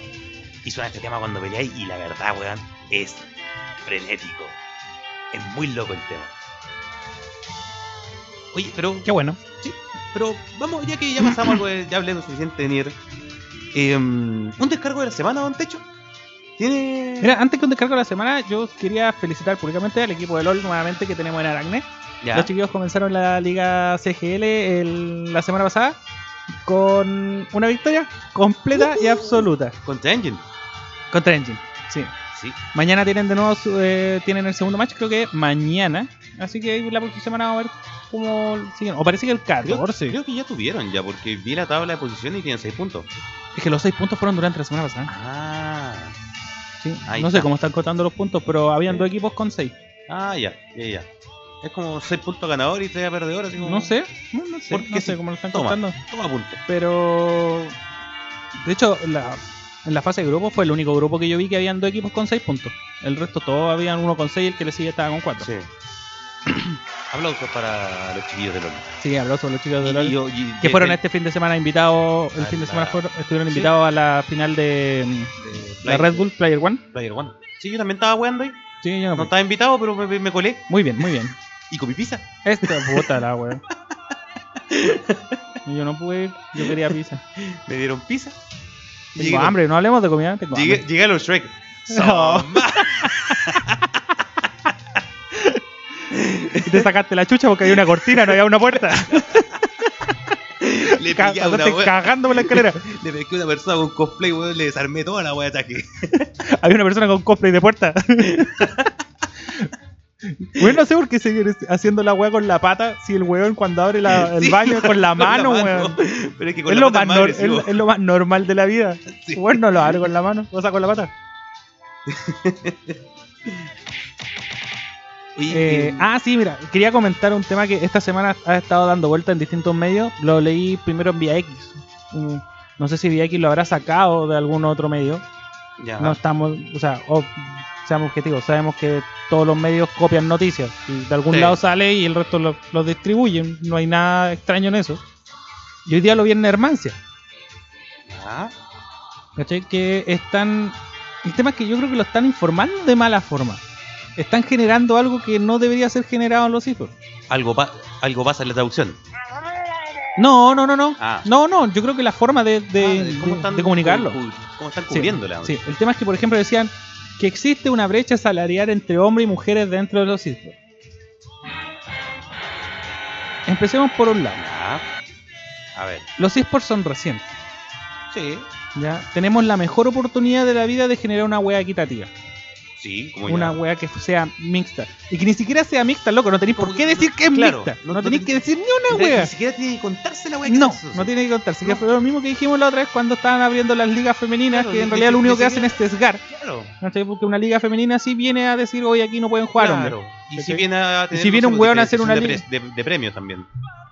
Y suena este tema cuando peleáis y la verdad, weón, es frenético. Es muy loco el tema. Oye, pero Qué bueno. pero vamos, ya que ya pasamos, pues, ya hablé lo suficiente de Nier. Em, un descargo de la semana, Don Techo. Tiene. Mira, antes que un descargo de la semana, yo quería felicitar públicamente al equipo de LOL nuevamente que tenemos en Aragne. Ya. Los chiquillos comenzaron la liga CGL el- la semana pasada con una victoria completa y absoluta Contra Engine. contra Engine. Sí. Sí. Mañana tienen de nuevo su- eh, tienen el segundo match, creo que mañana. Así que ahí la próxima semana vamos a ver cómo siguen. O parece que el Creo, 14. creo que ya tuvieron ya, porque vi la tabla de posiciones y tienen 6 puntos. Es que los seis puntos fueron durante la semana pasada. Ah, Sí. ahí No sé está. cómo están contando los puntos, pero habían Sí. dos equipos con seis. ah ya, ya, ya. Es como 6 puntos ganador y 3 perdedor, así como... No sé, no, no sé, ¿Por qué no sé sí? cómo lo están Toma. contando. Toma puntos. Pero. De hecho, la, en la fase de grupo fue el único grupo que yo vi que habían dos equipos con seis puntos. El resto todos habían uno con seis y el que le sigue estaba con cuatro. Sí, Sí. Aplausos para los chiquillos de LOL. aplausos a los chicos de LOL. Y- y- y- que fueron de- este fin de semana invitados. El A fin de Ah, la- semana fueron- estuvieron Sí. invitados a la final de mm, de la Player- Red Bull Ah, pues. Player One. Player One. Sí, yo también estaba weando ahí. Sí, yo no No fui. estaba invitado, pero me, me colé. Muy bien, muy bien. Y comí pizza. Esta puta la weón. Yo no pude ir, yo quería pizza. Me dieron pizza. Y Tengo hambre, no hablemos de comida, tengo llegué- hambre. llegué a los Shrek. No. Soma. Te sacaste la chucha porque había una cortina, no había una puerta. Le Ca- pegué a una pasaste wea- cagando por la escalera. le pegué a una persona con cosplay, weón, le desarmé toda la wea de ataque. Había una persona con cosplay de puerta. Bueno, no sé por qué seguir haciendo la weá con la pata si el weón cuando abre la- el Sí, baño con la con mano, weón. Pero es que con Es la lo, pata más es más nor- es, agresivo. lo- es lo más normal de la vida. Sí. Weón no lo abre con la mano, o sea, con la pata. Oye, Eh, eh, ah, sí, mira, quería comentar un tema que esta semana ha estado dando vuelta en distintos medios. Lo leí primero en Vía X. Mm, No sé si Vía X lo habrá sacado de algún otro medio. ya. no estamos, o sea, ob- seamos objetivos, sabemos que todos los medios copian noticias y de algún Sí. lado sale y el resto lo, lo distribuyen, no hay nada extraño en eso. Y hoy día lo vi en Hermancia, Ah, ¿cachai? Que están, el tema es que yo creo que lo están informando de mala forma. Están generando algo que no debería ser generado en los hijos. algo, pa- algo pasa en la traducción. No, no, no, no. Ah. No, no, yo creo que la forma de, de- Ah, de- de comunicarlo. cu- cu- ¿Cómo están Sí, cubriéndola? Sí, el tema es que, por ejemplo, decían que existe una brecha salarial entre hombres y mujeres dentro de los círculos. Empecemos por un lado. Ya. A ver. Los esports son recientes. Sí. ¿ya? Tenemos la mejor oportunidad de la vida de generar una wea equitativa. Sí, como una ya. wea que sea mixta. Y que ni siquiera sea mixta, loco. No tenéis por Como qué que- decir que es claro, mixta. no- No, no tenéis te- que decir ni una Ni- wea. Ni siquiera tiene que contarse la wea que No, se hizo. no tiene que contarse. Que No. fue lo mismo que dijimos la otra vez cuando estaban abriendo las ligas femeninas, Claro, que en ni- realidad ni- lo único ni que hacen es siquiera- sesgar. Claro. ¿cachai? Porque una liga femenina sí viene a decir, hoy aquí no pueden jugar hombres. Claro. Y si ¿Cachai? viene a tener si viene un como weón a hacer una diferenciación de, pre- de- de premios también.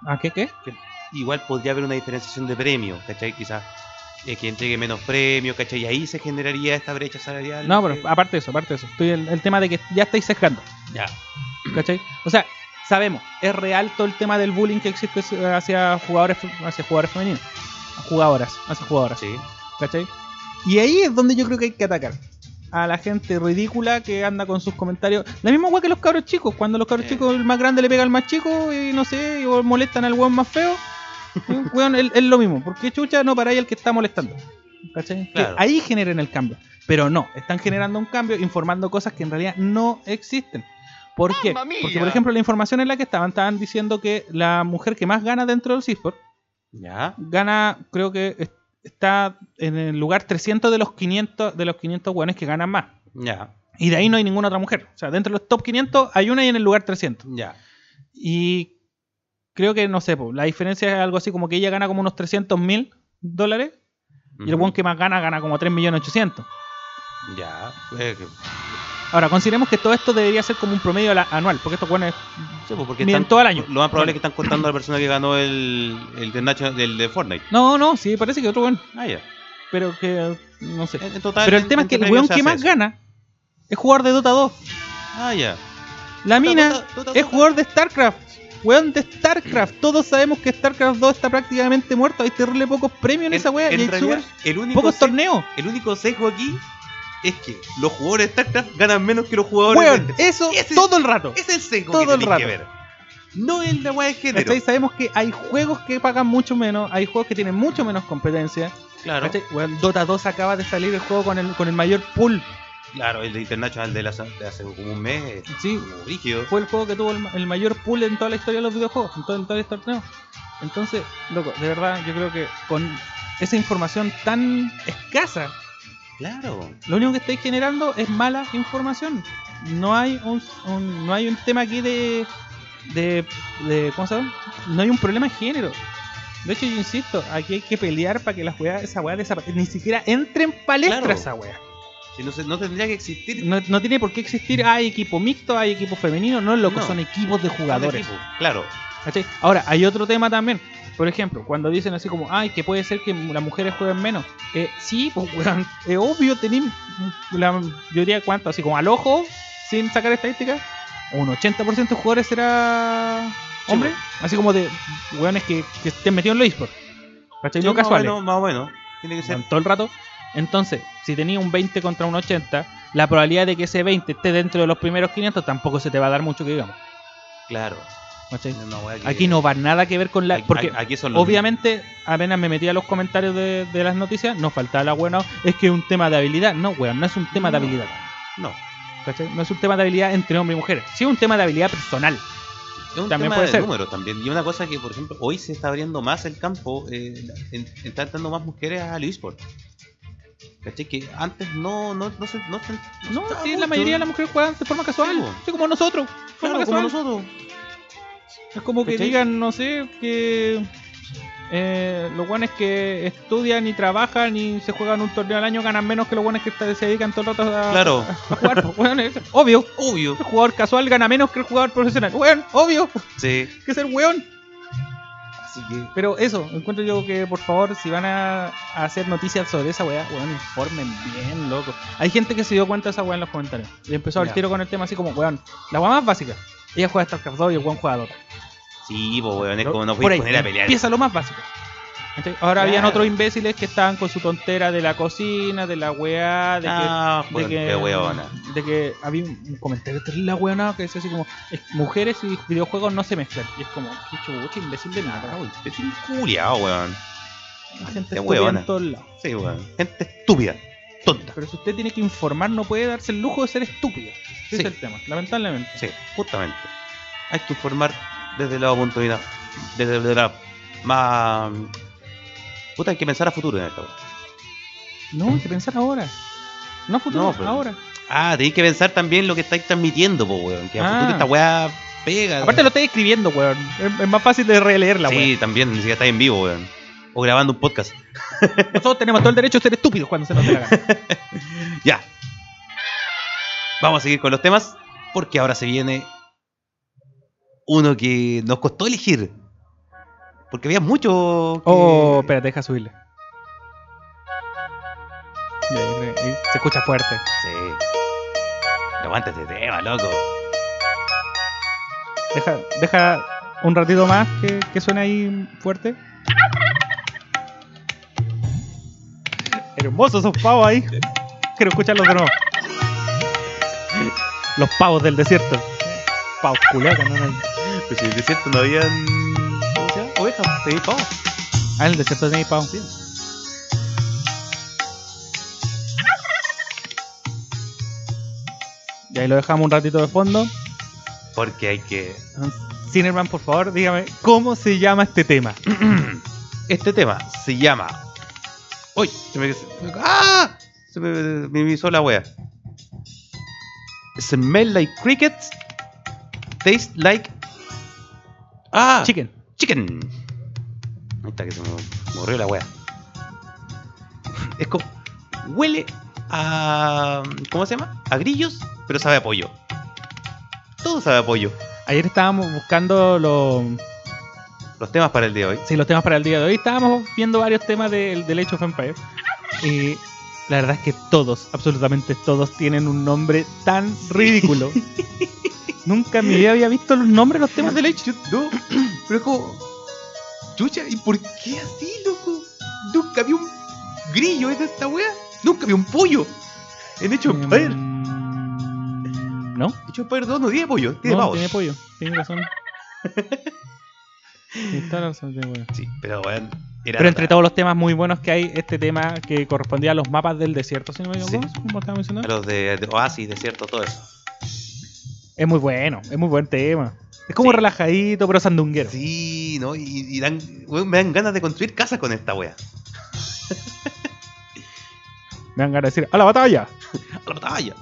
¿A qué qué? Igual podría haber una diferenciación de premios, ¿cachai? Quizás eh, que entregue menos premios, ¿cachai? Y ahí se generaría esta brecha salarial. No, ah, que- pero aparte de eso, aparte de eso. Estoy el, el tema de que ya estáis sesgando, Ya. ¿cachai? O sea, sabemos, es real todo el tema del bullying que existe hacia jugadores, hacia jugadores femeninos. A Jugadoras, hacia jugadoras. Sí. ¿cachai? Y ahí es donde yo creo que hay que atacar. A la gente ridícula que anda con sus comentarios. La misma weá que los cabros chicos. Cuando los cabros Eh. chicos, el más grande le pega al más chico y no sé, o molestan al weón más feo. ¿eh? weón, es, es lo mismo. Porque chucha no para ahí el que está molestando. ¿Cachai? Que Claro. ahí generen el cambio. Pero no, están generando un cambio informando cosas que en realidad no existen. ¿Por qué? ¡Mamma mía! Porque, por ejemplo, la información en la que estaban, estaban diciendo que la mujer que más gana dentro del CISPOR Ya. gana, creo que es- está en el lugar 300 de los 500 de los 500 hueones que ganan más. Ya. Y de ahí no hay ninguna otra mujer. O sea, dentro de los top 500 hay una y en el lugar 300. Ya. Y creo que, no sé, po, la diferencia es algo así como que ella gana como unos 300 mil dólares y el Ujú. hueón que más gana gana como 3 millones 800. Ya. Eh, que- Ahora, consideremos que todo esto debería ser como un promedio ala- anual, porque estos hueones sí, pues, porque miden están- todo el año. Lo más probable es que están contando a la persona que ganó el, el, de Nacho- el de Fortnite. No, no, sí, parece que otro hueón, Ah, ya. pero que no sé. En- en total, Pero el en- tema es en que el premios hueón Eh, se que hace más eso. gana es jugador de Dota 2. Ah, ya. La mina Dota, Dota, es Dota. jugador de StarCraft. Weón de StarCraft. Todos sabemos que StarCraft 2 está prácticamente muerto. Hay terrible pocos premios en, En- esa wea. en Y hay realidad, súper el único pocos se- torneos. El único sesgo aquí es que los jugadores de StarCraft ganan menos que los jugadores Weón, de eso Ese- todo el rato. Es el sesgo todo que el tenés que rato. ver. No el de weá de género. ¿Cachai? Sabemos que hay juegos que pagan mucho menos. Hay juegos que tienen mucho menos competencia. Claro. ¿Cachai? Weón, Dota 2 acaba de salir el juego con el, con el mayor pool. Claro, el de International de, la- de hace como un mes. eh, Sí, como Rígido. fue el juego que tuvo el, ma- el mayor pool en toda la historia de los videojuegos, en todo, en todo el torneo. Entonces, loco, de verdad, yo creo que con esa información tan escasa, Claro. lo único que estáis generando es mala información. No hay un, un- no hay un tema aquí de, de, de- ¿cómo se llama? No hay un problema de género. De hecho, yo insisto, aquí hay que pelear para que la weá, esa weá desaparezca. Ni siquiera entre en palestra Claro. esa weá. Si no, se- no tendría que existir No, no tiene por qué existir, hay equipo mixto, hay equipo femenino, no, loco, No. son equipos de jugadores. equipo. Claro. ¿Cachai? Ahora, hay otro tema también. Por ejemplo, cuando dicen así como, ay, que puede ser que las mujeres jueguen menos. Eh, sí, pues, weón, es obvio, tenéis, la- yo diría cuánto, así como al ojo, sin sacar estadísticas, un 80% de jugadores será Sí, pues. hombre. Así como de weones que, que estén metidos en los esports. ¿Cachai? Sí, no más o casuales. menos, más o menos. Tiene que ser. weón, todo el rato. Entonces, si tenía un 20 contra un 80, la probabilidad de que ese 20 esté dentro de los primeros 500 tampoco se te va a dar mucho que digamos. Claro. ¿Cachai? Una weá que- Aquí no va nada que ver con la... Aquí- porque aquí son los- Obviamente, apenas me metía a los comentarios de, de las noticias, nos faltaba la buena. Es que es un tema de habilidad. No, weón, no es un tema de No. habilidad. No. ¿cachai? No es un tema de habilidad entre hombres y mujeres. Sí, es un tema de habilidad personal. Es un También tema puede de ser. números también. Y una cosa que, por ejemplo, hoy se está abriendo más el campo, eh, en- están entrando más mujeres al eSport. ¿Cachai? Que antes no, no, no se. No, se- no No, se daba sí, la mucho. mayoría de las mujeres juegan de forma casual. Sí, po. Sí, como nosotros. de forma Claro, como casual. nosotros. Es como que ¿Cachai? digan, no sé, que. eh, los guanes que estudian y trabajan y se juegan un torneo al año ganan menos que los guanes que se dedican todo el rato a, Claro, a jugar. po. Weón, es obvio. obvio. El jugador casual gana menos que el jugador profesional. Weón, obvio. Sí. que ser weón. Así que. Pero eso, encuentro yo que por favor, si van a a hacer noticias sobre esa weá, weón, informen bien, loco. Hay gente que se dio cuenta de esa weá en los comentarios. Y empezó al Ya. tiro con el tema así como, weón, la weá más básica. Ella juega StarCraft 2 y el weón juega Dota. Sí, pues, weón, es Lo- como no por ahí, puedes poner a pelear. Empieza lo más básico. ¿Cachai? Ahora habían Claro. otros imbéciles que estaban con su tontera de la cocina, de la weá, de que Ah, de weón, que, qué weona. de que había un un comentario terrible la weona que decía así como "Es- mujeres y videojuegos no se mezclan y es como qué chucha imbécil de Ah, nada weón, Es un culiao, weón. la gente qué estúpida huevona. en todos lados Sí, weón. Gente estúpida, tonta. pero si usted tiene que informar no puede darse el lujo de ser estúpido Sí. ese es el tema lamentablemente Sí, justamente. Hay que informar desde el lado punto de vista. Desde, desde la más. Puta, hay que pensar a futuro en esto. weón. no hay que pensar ahora no a futuro No, pero- ahora Ah, tenéis que pensar también lo que estáis transmitiendo, po, weón. Que a Ah. futuro esta weá pega. aparte lo estoy escribiendo weón es, es más fácil de releer la Sí, weón también, ni siquiera estáis en vivo, weón. O grabando un podcast. nosotros tenemos todo el derecho a ser estúpidos cuando se nos dé la gana Ya. Vamos a seguir con los temas porque ahora se viene uno que nos costó elegir. Porque había mucho que- oh espérate deja subirle Ya, yo creo que ahí se escucha fuerte Sí. No aguanta este tema, loco. Deja, deja un ratito más que, que suene ahí fuerte. Hermosos esos pavos ahí. Quiero escucharlos de nuevo. Los pavos del desierto. Pavos culiados, no, no. Pues en el desierto no habían. ¿Cómo se llama? Ovejas, tenía pavos. Ah, en el desierto tenéis pavos. Sí. Y ahí lo dejamos un ratito de fondo. Porque hay que. Cinerman, por favor, dígame, ¿cómo se llama este tema? Este tema se llama. ¡Uy! Se me. se- ¡Ah! Se me minimizó la wea. Smell like crickets. Taste like. ¡Ah! Chicken. chicken. Ahí está, que se me morrió la wea. Es como. Huele a. ¿Cómo se llama? A grillos, pero sabe a pollo. Todo sabe a pollo. Ayer estábamos buscando los, Los temas para el día de hoy. sí, los temas para el día de hoy. Estábamos viendo varios temas del del Age of Empires. Y la verdad es que todos, absolutamente todos, tienen un nombre tan ridículo. Nunca en mi vida había visto los nombres de los Ah, temas del Age. Yo- no, pero es como. Chucha, ¿y por qué así, loco? Nunca vi un grillo en esta wea. Nunca vi un pollo. En hecho, Mm, Empire. ¿No? Hecho, Empire 2 no tiene pollo, tiene no, pavos. tiene pollo. Tiene razón. Tiene toda la razón, tiene pollo. Sí, pero bueno. Era Pero entre todos todos los temas muy buenos que hay, este tema que correspondía a los mapas del desierto, si no me Sí. equivoco, como estaba mencionando. Los de, de Oasis, desierto, todo eso. Es muy bueno, es muy buen tema. Es como Sí. relajadito, pero sandunguero. Sí, ¿no? Y, y dan, weón, me dan ganas de construir casas con esta wea. Me van a decir, ¡a la batalla! A la batalla.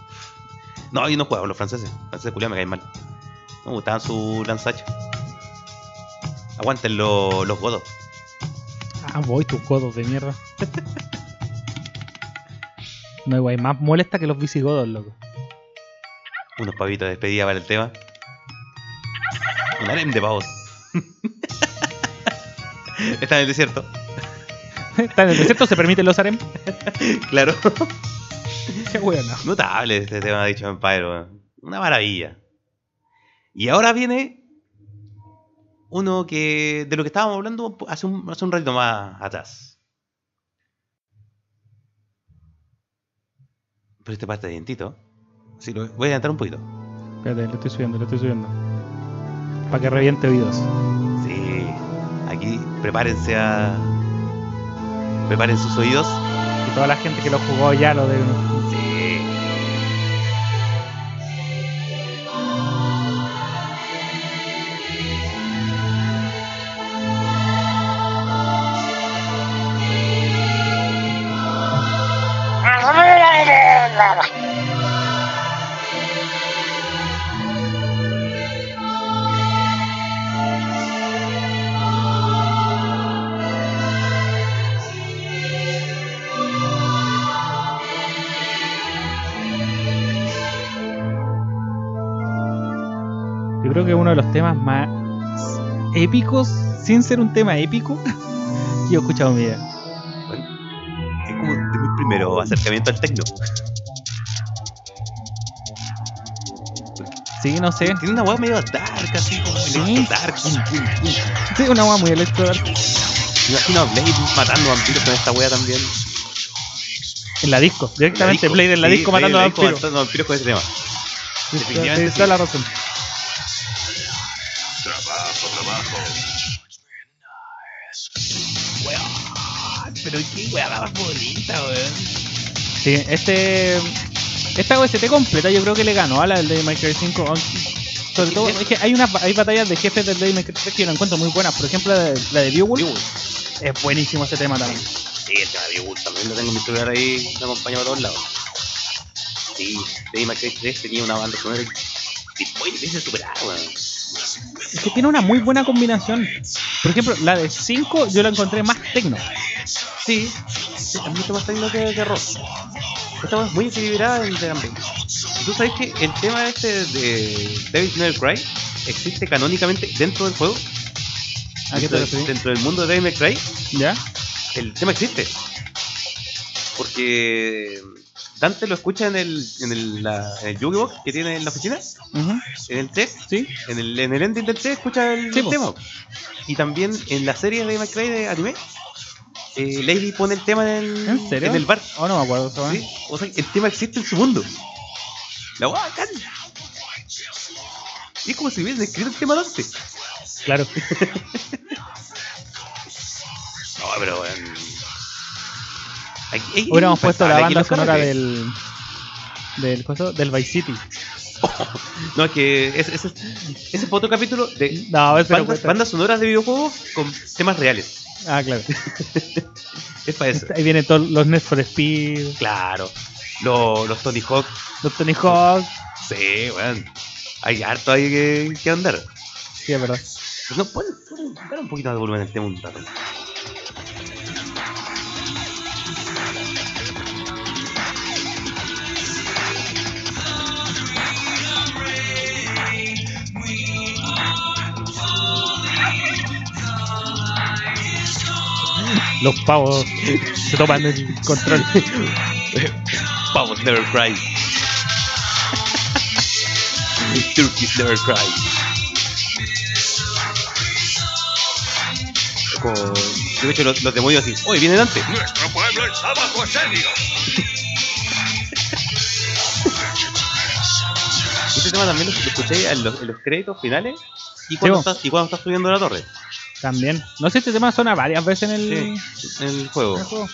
No, yo no juego con los franceses. Los franceses culiados me caen mal. No me gustaban su lanzacha. Aguanten lo- los godos. Ah, voy, tus godos de mierda. no hay guay más molesta que los visigodos, loco. Unos pavitos de despedida para el tema. Un harem de pavos. Está en el desierto. Está en el desierto, se permiten los harem. Claro. Qué bueno. Notable este tema, dicho Vampire, weón. Una maravilla. Y ahora viene uno que. de lo que estábamos hablando hace un, hace un ratito más atrás. Pero este parte de dientito. Sí, lo voy a adelantar un poquito. Espérate, le estoy subiendo, le estoy subiendo. Para que reviente oídos. Sí. Aquí prepárense a. Preparen sus oídos. Y toda la gente que lo jugó ya lo de. Sí. Yo creo que uno de los temas más épicos, sin ser un tema épico, que yo he escuchado en mi vida. Bueno, es como de mi primero acercamiento al techno. Sí, no sé. Tiene una hueá medio dark, así como Sí. dark. pum, pum, pum. Sí, una agua muy electro. Me imagino a Blade matando vampiros con esta wea también. En la disco, directamente disco. Blade en la Sí, disco Blade en matando la a disco vampiros. matando vampiros con ese tema. definitivamente Tienes toda la razón. Pero qué wea más bonita, weón. Sí, este. Esta OST completa yo creo que le ganó a la del Devil May Cry 5. aunque- Sobre todo, es que hay, unas, hay batallas de jefes del Devil May Cry 3 que yo la encuentro muy buenas. Por ejemplo, la de, la de Beowulf. Es buenísimo ese tema también. Sí, el tema de Beowulf también lo tengo en mi celular ahí, lo acompaño a todos lados. Sí, Dave McRae 3 tenía una banda sonora y después le hice superar, weón. Es que tiene una muy buena combinación. Por ejemplo, la de 5 yo la encontré más tecno. Sí, sí, es mucho más técnico que, que rock. Esta weá es muy equilibrada entre ambos. Y Tú sabes que el tema este de David May Cry existe canónicamente dentro del juego. ¿A qué te Dentro- refieres? Dentro del mundo de David May Cry, ¿Ya? el tema existe. Porque Dante lo escucha en el, en el, la- en el jukebox que tiene en la oficina, Ujú, en el 3, Sí, en el, en el ending del 3 escucha el Sí, pues. po. tema. Y también en la serie de McRae de anime, eh, Lady pone el tema en el, ¿en serio? el bar. Oh, no me acuerdo. esa weá. Sí, O sea, el tema existe en su mundo. La guau, bacán. Y es como si hubiesen escrito el tema Dante. Claro. No, pero. em, hay- hay- Hubiéramos hay- puesto la hay aquí banda los sonora carretes. del. Del, coso- del Vice City. No, es que ese, ese, ese fue otro capítulo de No, a ver, pero bandas, cuesta. bandas sonoras de videojuegos con temas reales. Ah, claro. Es para eso. Ahí vienen todos los Nets for Speed, Claro. Lo- los Tony Hawk. los Tony Hawk. Sí, weón. Hay harto ahí que, que andar. Sí, es verdad. No, pon, pon- dale un poquito más de volumen este al tema un rato. Los pavos se toman el control. Pavos never cry. Turkeys never cry. Como, de hecho, los, los demonios así. ¡Oye, viene Dante! Nuestro pueblo está bajo asedio. Este tema también lo, lo escuché en los, en los créditos finales y Sí, cuando, bo. estás, y cuando estás subiendo la torre También. No sé, este tema suena varias veces en el, en el en el juego. juego.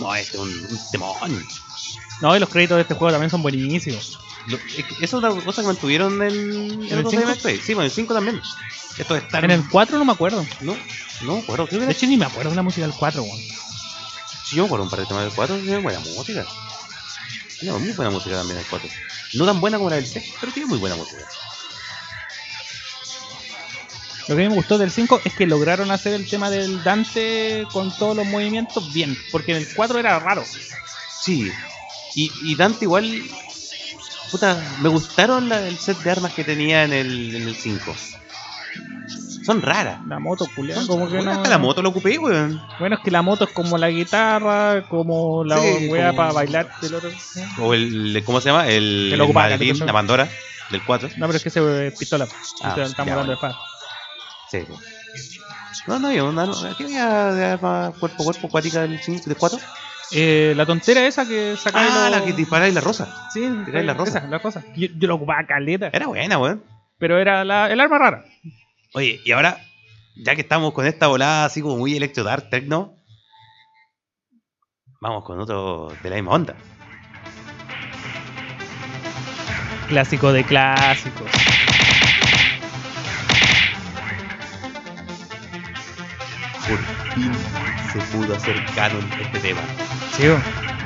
No, este es un, un temón. No, y los créditos de este juego también son buenísimos. Lo- es que Esa es otra cosa que mantuvieron en, ¿En el otros cinco? DMX. Sí, bueno, en el 5 también. Esto es tan. En el 4 no me acuerdo. No, no, me acuerdo. Creo que De era hecho, ni me acuerdo de la música del 4, weón. Sí, yo recuerdo un par de temas del 4, tiene buena música. Tiene muy buena música también el 4. No tan buena como la del 6, pero tiene muy buena música. Lo que a mí me gustó del 5 es que lograron hacer el tema del Dante con todos los movimientos bien, porque en el 4 era raro. Sí. Y, y Dante igual... Puta, me gustaron la- el set de armas que tenía en el, en el 5. Son raras. La moto, culiao, Son- como que Bueno, no. Hasta la moto lo ocupé, weón. Bueno, es que la moto es como la guitarra, como la Sí, wea como- para bailar del otro. O el... ¿Cómo se llama? El, Que lo ocupaba, maletín, la cosa. la Pandora del 4. No, pero es que se pistola. Ah, se estamos ya, hablando de bueno. espada. Sí. po. No, no, yo no, no, ¿qué había de arma cuerpo a cuerpo acuática del 5, del 4? Eh, la tontera esa que sacaba. Ah, los- la que disparaba y la rosa. Sí, tiráis la rosa. esa, la cosa. Yo, yo lo ocupaba caleta. Era buena, weón. Pero era la, el arma rara. Oye, y ahora, ya que estamos con esta volada así como muy electro dark techno, vamos con otro de la misma onda. Clásico de clásicos. Por fin se pudo hacer canon este tema Sí, bo.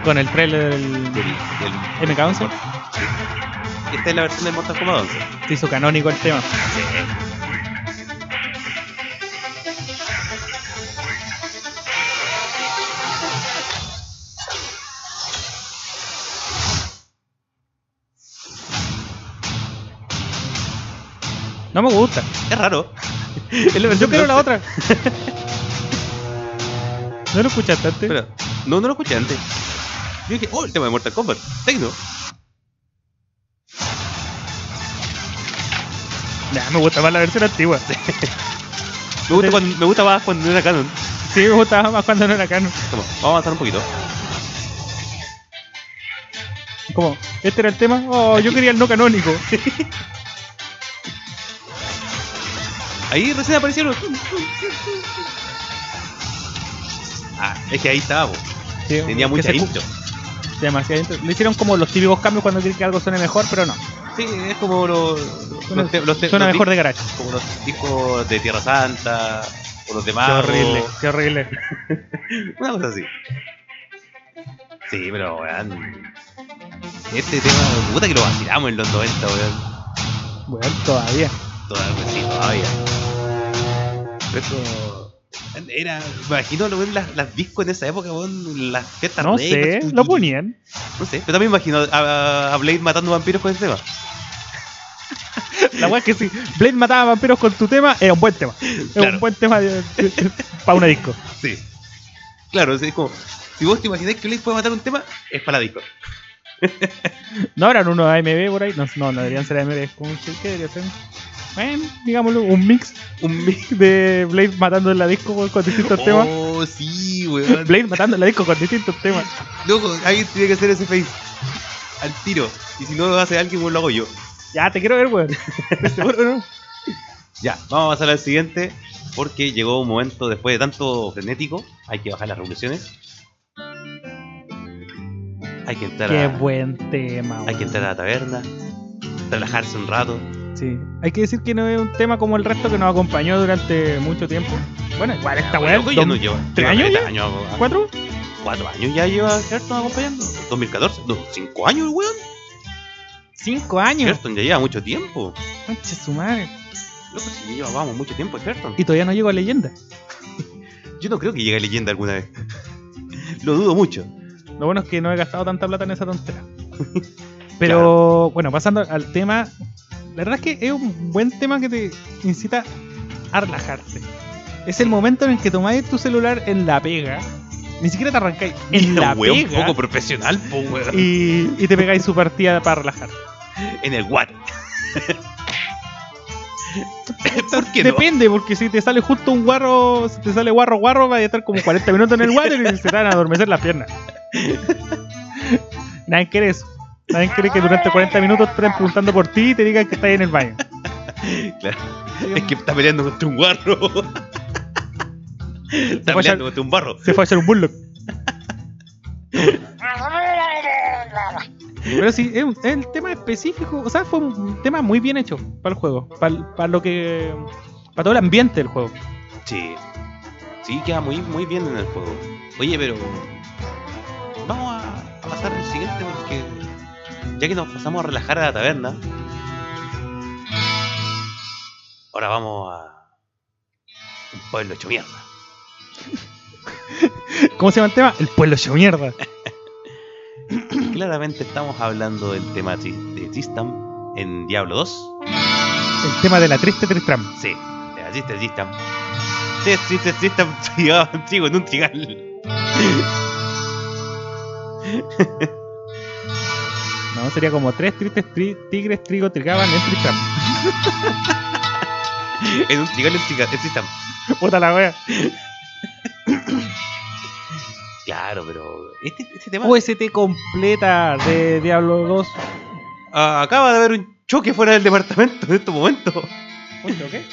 con el trailer del, del, del- MK11 Esta es la versión de Mortal Kombat 11. se hizo canónico el tema. No me gusta. Es raro. Yo quiero la otra. ¿No lo escuchaste antes? Espera, no, no lo escuché antes. Yo dije, oh, el tema de Mortal Kombat, techno. Nah, me gusta más la versión antigua. Me gusta, cuando, me gusta más cuando era canon. Sí, me gustaba más cuando no era canon. Toma, vamos a avanzar un poquito. Como, ¿este era el tema? Oh, yo quería el no canónico. Ahí recién aparecieron. Ah, es que ahí estaba, po. tenía muy mucha intro. Demasiado intro. Le hicieron como los típicos cambios cuando quieren que algo suene mejor, pero no. Sí, es como los, Suena, los, te- los te- suena los mejor di- de garage. como los discos de Tierra Santa o los Qué demás. horrible, qué horrible. Una cosa así. Sí, pero weón. Este tema, puta que lo vacilamos en los 90, weón. Bueno, todavía. Todavía, pues sí, todavía. Esto. Era, me imagino weón, las, las discos en esa época, weón, las fiestas No rave, sé, así, lo ponían. No sé, pero también me imagino a, a Blade matando vampiros con ese tema. La weá es que si Blade mataba vampiros con tu tema, era un buen tema. Era Claro. un buen tema para una disco. Sí. Claro, es como, Si vos te imagináis que Blade puede matar un tema, es para la Discord. No eran unos AMB por ahí. No, no, no deberían ser AMB. ¿Cómo se- ¿Qué debería ser? Bueno, digámoslo, un mix Un mes. de Blade matando en la disco weón, con distintos temas. Oh, sí, weón. Blade matando en la disco con distintos temas. Loco, alguien tiene que hacer ese face. Al tiro. Y si no lo hace alguien, pues lo hago yo. Ya, te quiero ver, weón. ¿Te seguro no? Ya, vamos a pasar al siguiente. Porque llegó un momento después de tanto frenético. Hay que bajar las revoluciones. Hay que entrar, Qué a, buen tema, hay que weón. entrar a la taberna. Relajarse un rato. Sí. Hay que decir que no es un tema como el resto que nos acompañó durante mucho tiempo. Bueno, igual esta weón. Loco, ya no lleva. ¿Tres lleva años caleta ya? años, ah, ¿Cuatro? cuatro años ya lleva Ayrton acompañando. 2014, no, cinco años, weón. Cinco años. Ayrton ya lleva mucho tiempo. Concha su madre. Loco, si ya llevábamos mucho tiempo, Ayrton. Y todavía no llego a leyenda. Yo no creo que llegue a leyenda alguna vez. Lo dudo mucho. Lo bueno es que no he gastado tanta plata en esa tontera. Pero bueno, pasando al tema, la verdad es que es un buen tema que te incita a relajarte. Es el momento en el que tomáis tu celular en la pega, ni siquiera te arrancáis en la Weón, pega poco profesional, po, weón. y, y te pegáis su partida para relajar. En el what. ¿Por qué no? Depende, porque si te sale justo un guarro, si te sale guarro guarro, vas a estar como 40 minutos en el water y se te van a adormecer las piernas. Nadie quiere eso. Nadie quiere que durante 40 minutos te estén preguntando por ti y te digan que estás en el baño. Claro. Es que está peleando contra un guarro. Está Voy a- peleando contra un barro. Se fue a hacer un burlock. Pero sí, es, un- es el tema específico. O sea, fue un tema muy bien hecho para el juego. Para, para lo que. Para todo el ambiente del juego. Sí. Sí, queda muy, muy bien en el juego. Oye, pero. Vamos a, a pasar al siguiente porque. Ya que nos pasamos a relajar a la taberna. Ahora vamos a. Un pueblo hecho mierda. ¿Cómo se llama el tema? El pueblo hecho mierda. Claramente estamos hablando del tema tri- de Tristam en Diablo 2. El tema de la triste Tristram. Sí, de la Tristam Tristam. Sí, Tristam Tristam trigaba un trigo en un trigal. No, sería como tres tristes tri- tigres trigo trigaban en Tristram. En un trigal en trigal, en Tristam. Puta la wea. Claro, pero. Este, este tema. OST completa de Diablo 2. Ah, acaba de haber un choque fuera del departamento en este estos momentos. qué?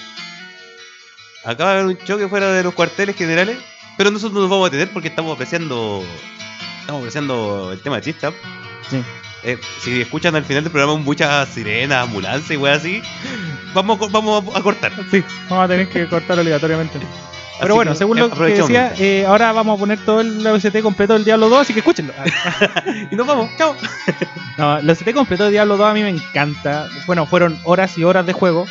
Acaba de haber un choque fuera de los cuarteles generales. Pero nosotros no nos vamos a tener porque estamos apreciando. Estamos apreciando el tema de Chistam. Sí. Eh, si escuchan al final del programa muchas sirenas, ambulancias y weas así, vamos a, co- vamos a cortar. Sí, vamos a tener que cortar obligatoriamente. Pero Así bueno, que, según eh, lo que aprovechemos. decía, eh, ahora vamos a poner todo el OST completo del Diablo 2, así que escúchenlo. Y nos vamos, chao. No, el OST completo de Diablo 2 a mí me encanta. Bueno, fueron horas y horas de juego.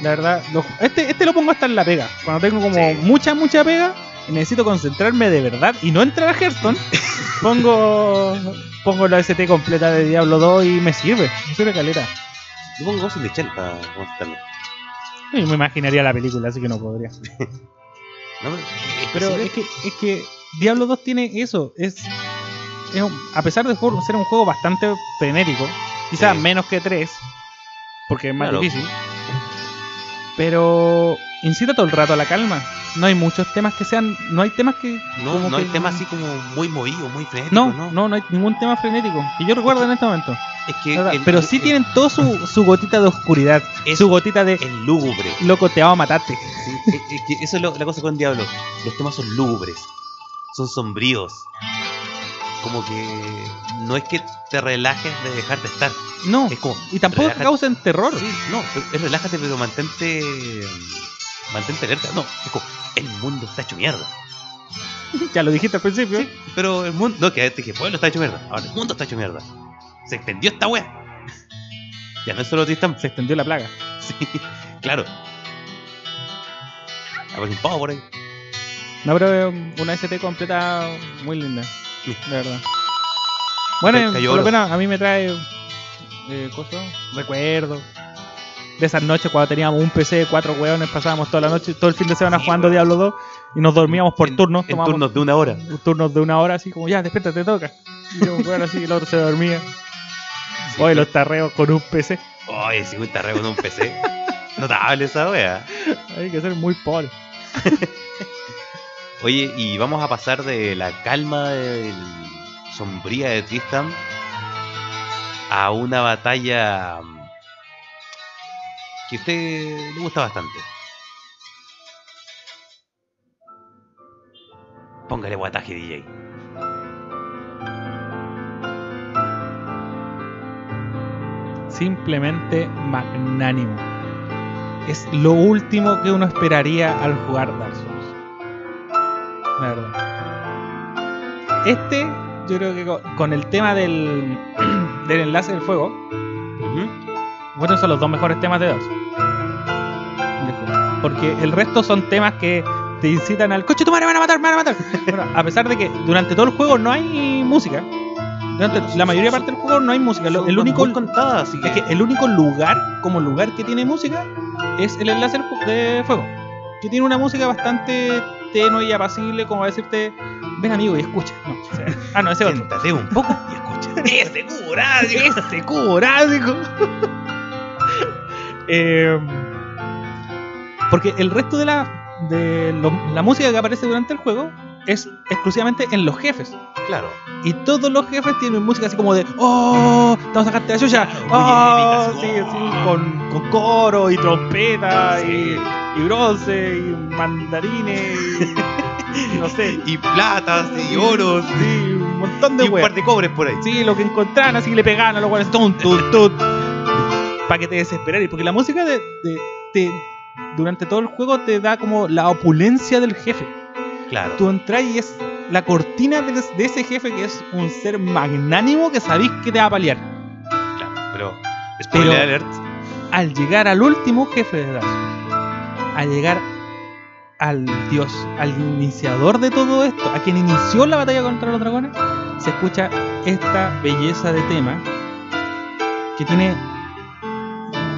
La verdad, lo- este, este lo pongo hasta en la pega. Cuando tengo como Sí. mucha, mucha pega y necesito concentrarme de verdad y no entrar a Hearthstone, pongo, pongo la OST completa de Diablo 2 y me sirve. Me sirve caleta. Yo pongo Ghost in the Shell para contarlo. Y me imaginaría la película, así que no podría. No, eh, Pero sí, es que, es que Diablo 2 tiene eso. Es, es un- a pesar de juego- ser un juego bastante frenético, quizás Sí. menos que 3, porque es más Claro. difícil. Pero incita todo el rato a la calma. No hay muchos temas que sean. No hay temas que. no, como no hay que- tema así como muy movido, muy frenético. No, No, no, no, hay ningún tema frenético. Que yo recuerdo en este momento. Es que Nada, el- pero el- sí el- tienen todo su, su gotita de oscuridad. Es- su gotita de. el lúgubre. Loco, te vamos a matarte. Sí, es- es que eso es lo- la cosa con Diablo. Los temas son lúgubres, son sombríos. Como que no es que te relajes de dejar de estar. No. Es como. Y tampoco que relájate. causen terror. Sí, no, es relájate, pero mantente. Mantente alerta. No, es como. El mundo está hecho mierda. Ya lo dijiste al principio. Sí, pero el mundo. No, que te dije, pueblo está hecho mierda. Ahora el mundo está hecho mierda. Se extendió esta wea. Ya no es solo Tristan. Se extendió la plaga. Sí, claro. Haber un pavo por ahí. No, pero eh, una ST completa muy linda. De verdad. Bueno, Ca- eh, cayó por lo oro. menos a mí me trae eh, cosas, recuerdos. de esas noches cuando teníamos un PC de cuatro hueones, pasábamos toda la noche, todo el fin de semana Sí, jugando weón. Diablo 2 y nos dormíamos por En- turnos, En tomábamos turnos de una hora. turnos de una hora, así como ya, despierta, te toca. Y yo, bueno, así, el otro se dormía. Sí. Oye, los tarreos con un PC. Oye, si gusta re con un PC. Notable esa wea. Hay que ser muy pobre. Oye, y vamos a pasar de la calma del sombría de Tristan a una batalla mm, que a usted le gusta bastante. Póngale guataje, DJ. Simplemente magnánimo. Es lo último que uno esperaría al jugar Dark Souls. La verdad. Este, yo creo que con- con el tema del, del enlace del fuego, Bueno, son los dos mejores temas de Dark Souls. Del juego. Porque el resto son temas que te incitan al coche, tu madre, me van a matar, me van a matar. Bueno, a pesar de que durante todo el juego no hay música. Durante la mayoría parte del juego no hay música. Lo- El único, contada, así es que el único lugar, como lugar que tiene música, es el enlace del ju- de fuego. Que tiene una música bastante tenue y apacible, como para decirte, ven amigo y escucha. No, o sea, ah, no, ese otro. Siéntate un poco y escucha. ¡Ese curadio! Ese cubo horárico. Eh, porque el resto de la de lo- la música que aparece durante el juego es exclusivamente en los jefes. Claro. Y todos los jefes tienen música así como de ¡Oh! ¡Estamos sacarte la suya! ¡Oh! Claro, muy Sí, épica, sí, sí. con, con coro y trompeta Sí. y, y bronce y mandarines y, no sé. Y platas y oros Sí, un montón de y un weas. par de cobres por ahí. Sí, lo que encontraban, así que le pegaban a los guardias. Tun, Para que te desesperaras. Porque la música de, de- te- durante todo el juego te da como la opulencia del jefe. Claro. Tú entras y es la cortina de, de ese jefe que es un ser magnánimo que sabís que te va a paliar. Claro, pero. Spoiler alert. Al llegar al último jefe de Dark Souls, al llegar al dios, al iniciador de todo esto, a quien inició la batalla contra los dragones, se escucha esta belleza de tema que tiene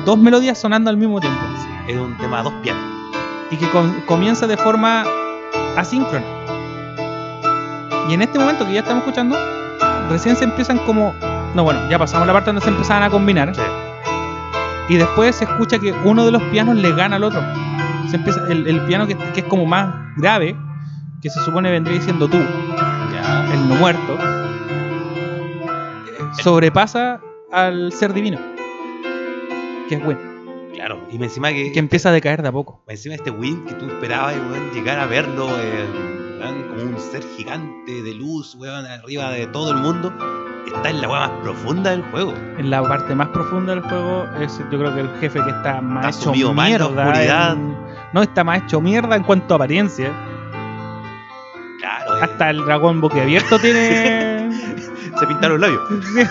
dos melodías sonando al mismo tiempo Es un tema a dos pianos. y que com- comienza de forma asíncrona. Y en este momento que ya estamos escuchando, recién se empiezan como... No, bueno, ya pasamos la parte donde se empezaban a combinar. Sí. Y después se escucha que uno de los pianos le gana al otro. Se empieza, el, el piano que, que es como más grave, que se supone vendría diciendo tú, Ya. el no muerto, sobrepasa al ser divino. Que es bueno. Claro. Y me encima que. Que empieza a decaer de a poco. me Encima este Win que tú esperabas, weón, llegar a verlo eh, weón, como un ser gigante de luz, weón, arriba de todo el mundo, está en la weá más profunda del juego. En la parte más profunda del juego es yo creo que el jefe que está más Está hecho sumido más en la mierda. oscuridad. en- no, está más hecho mierda en cuanto a apariencia. Claro, eh, Hasta el dragón boquiabierto tiene. se pintaron los labios.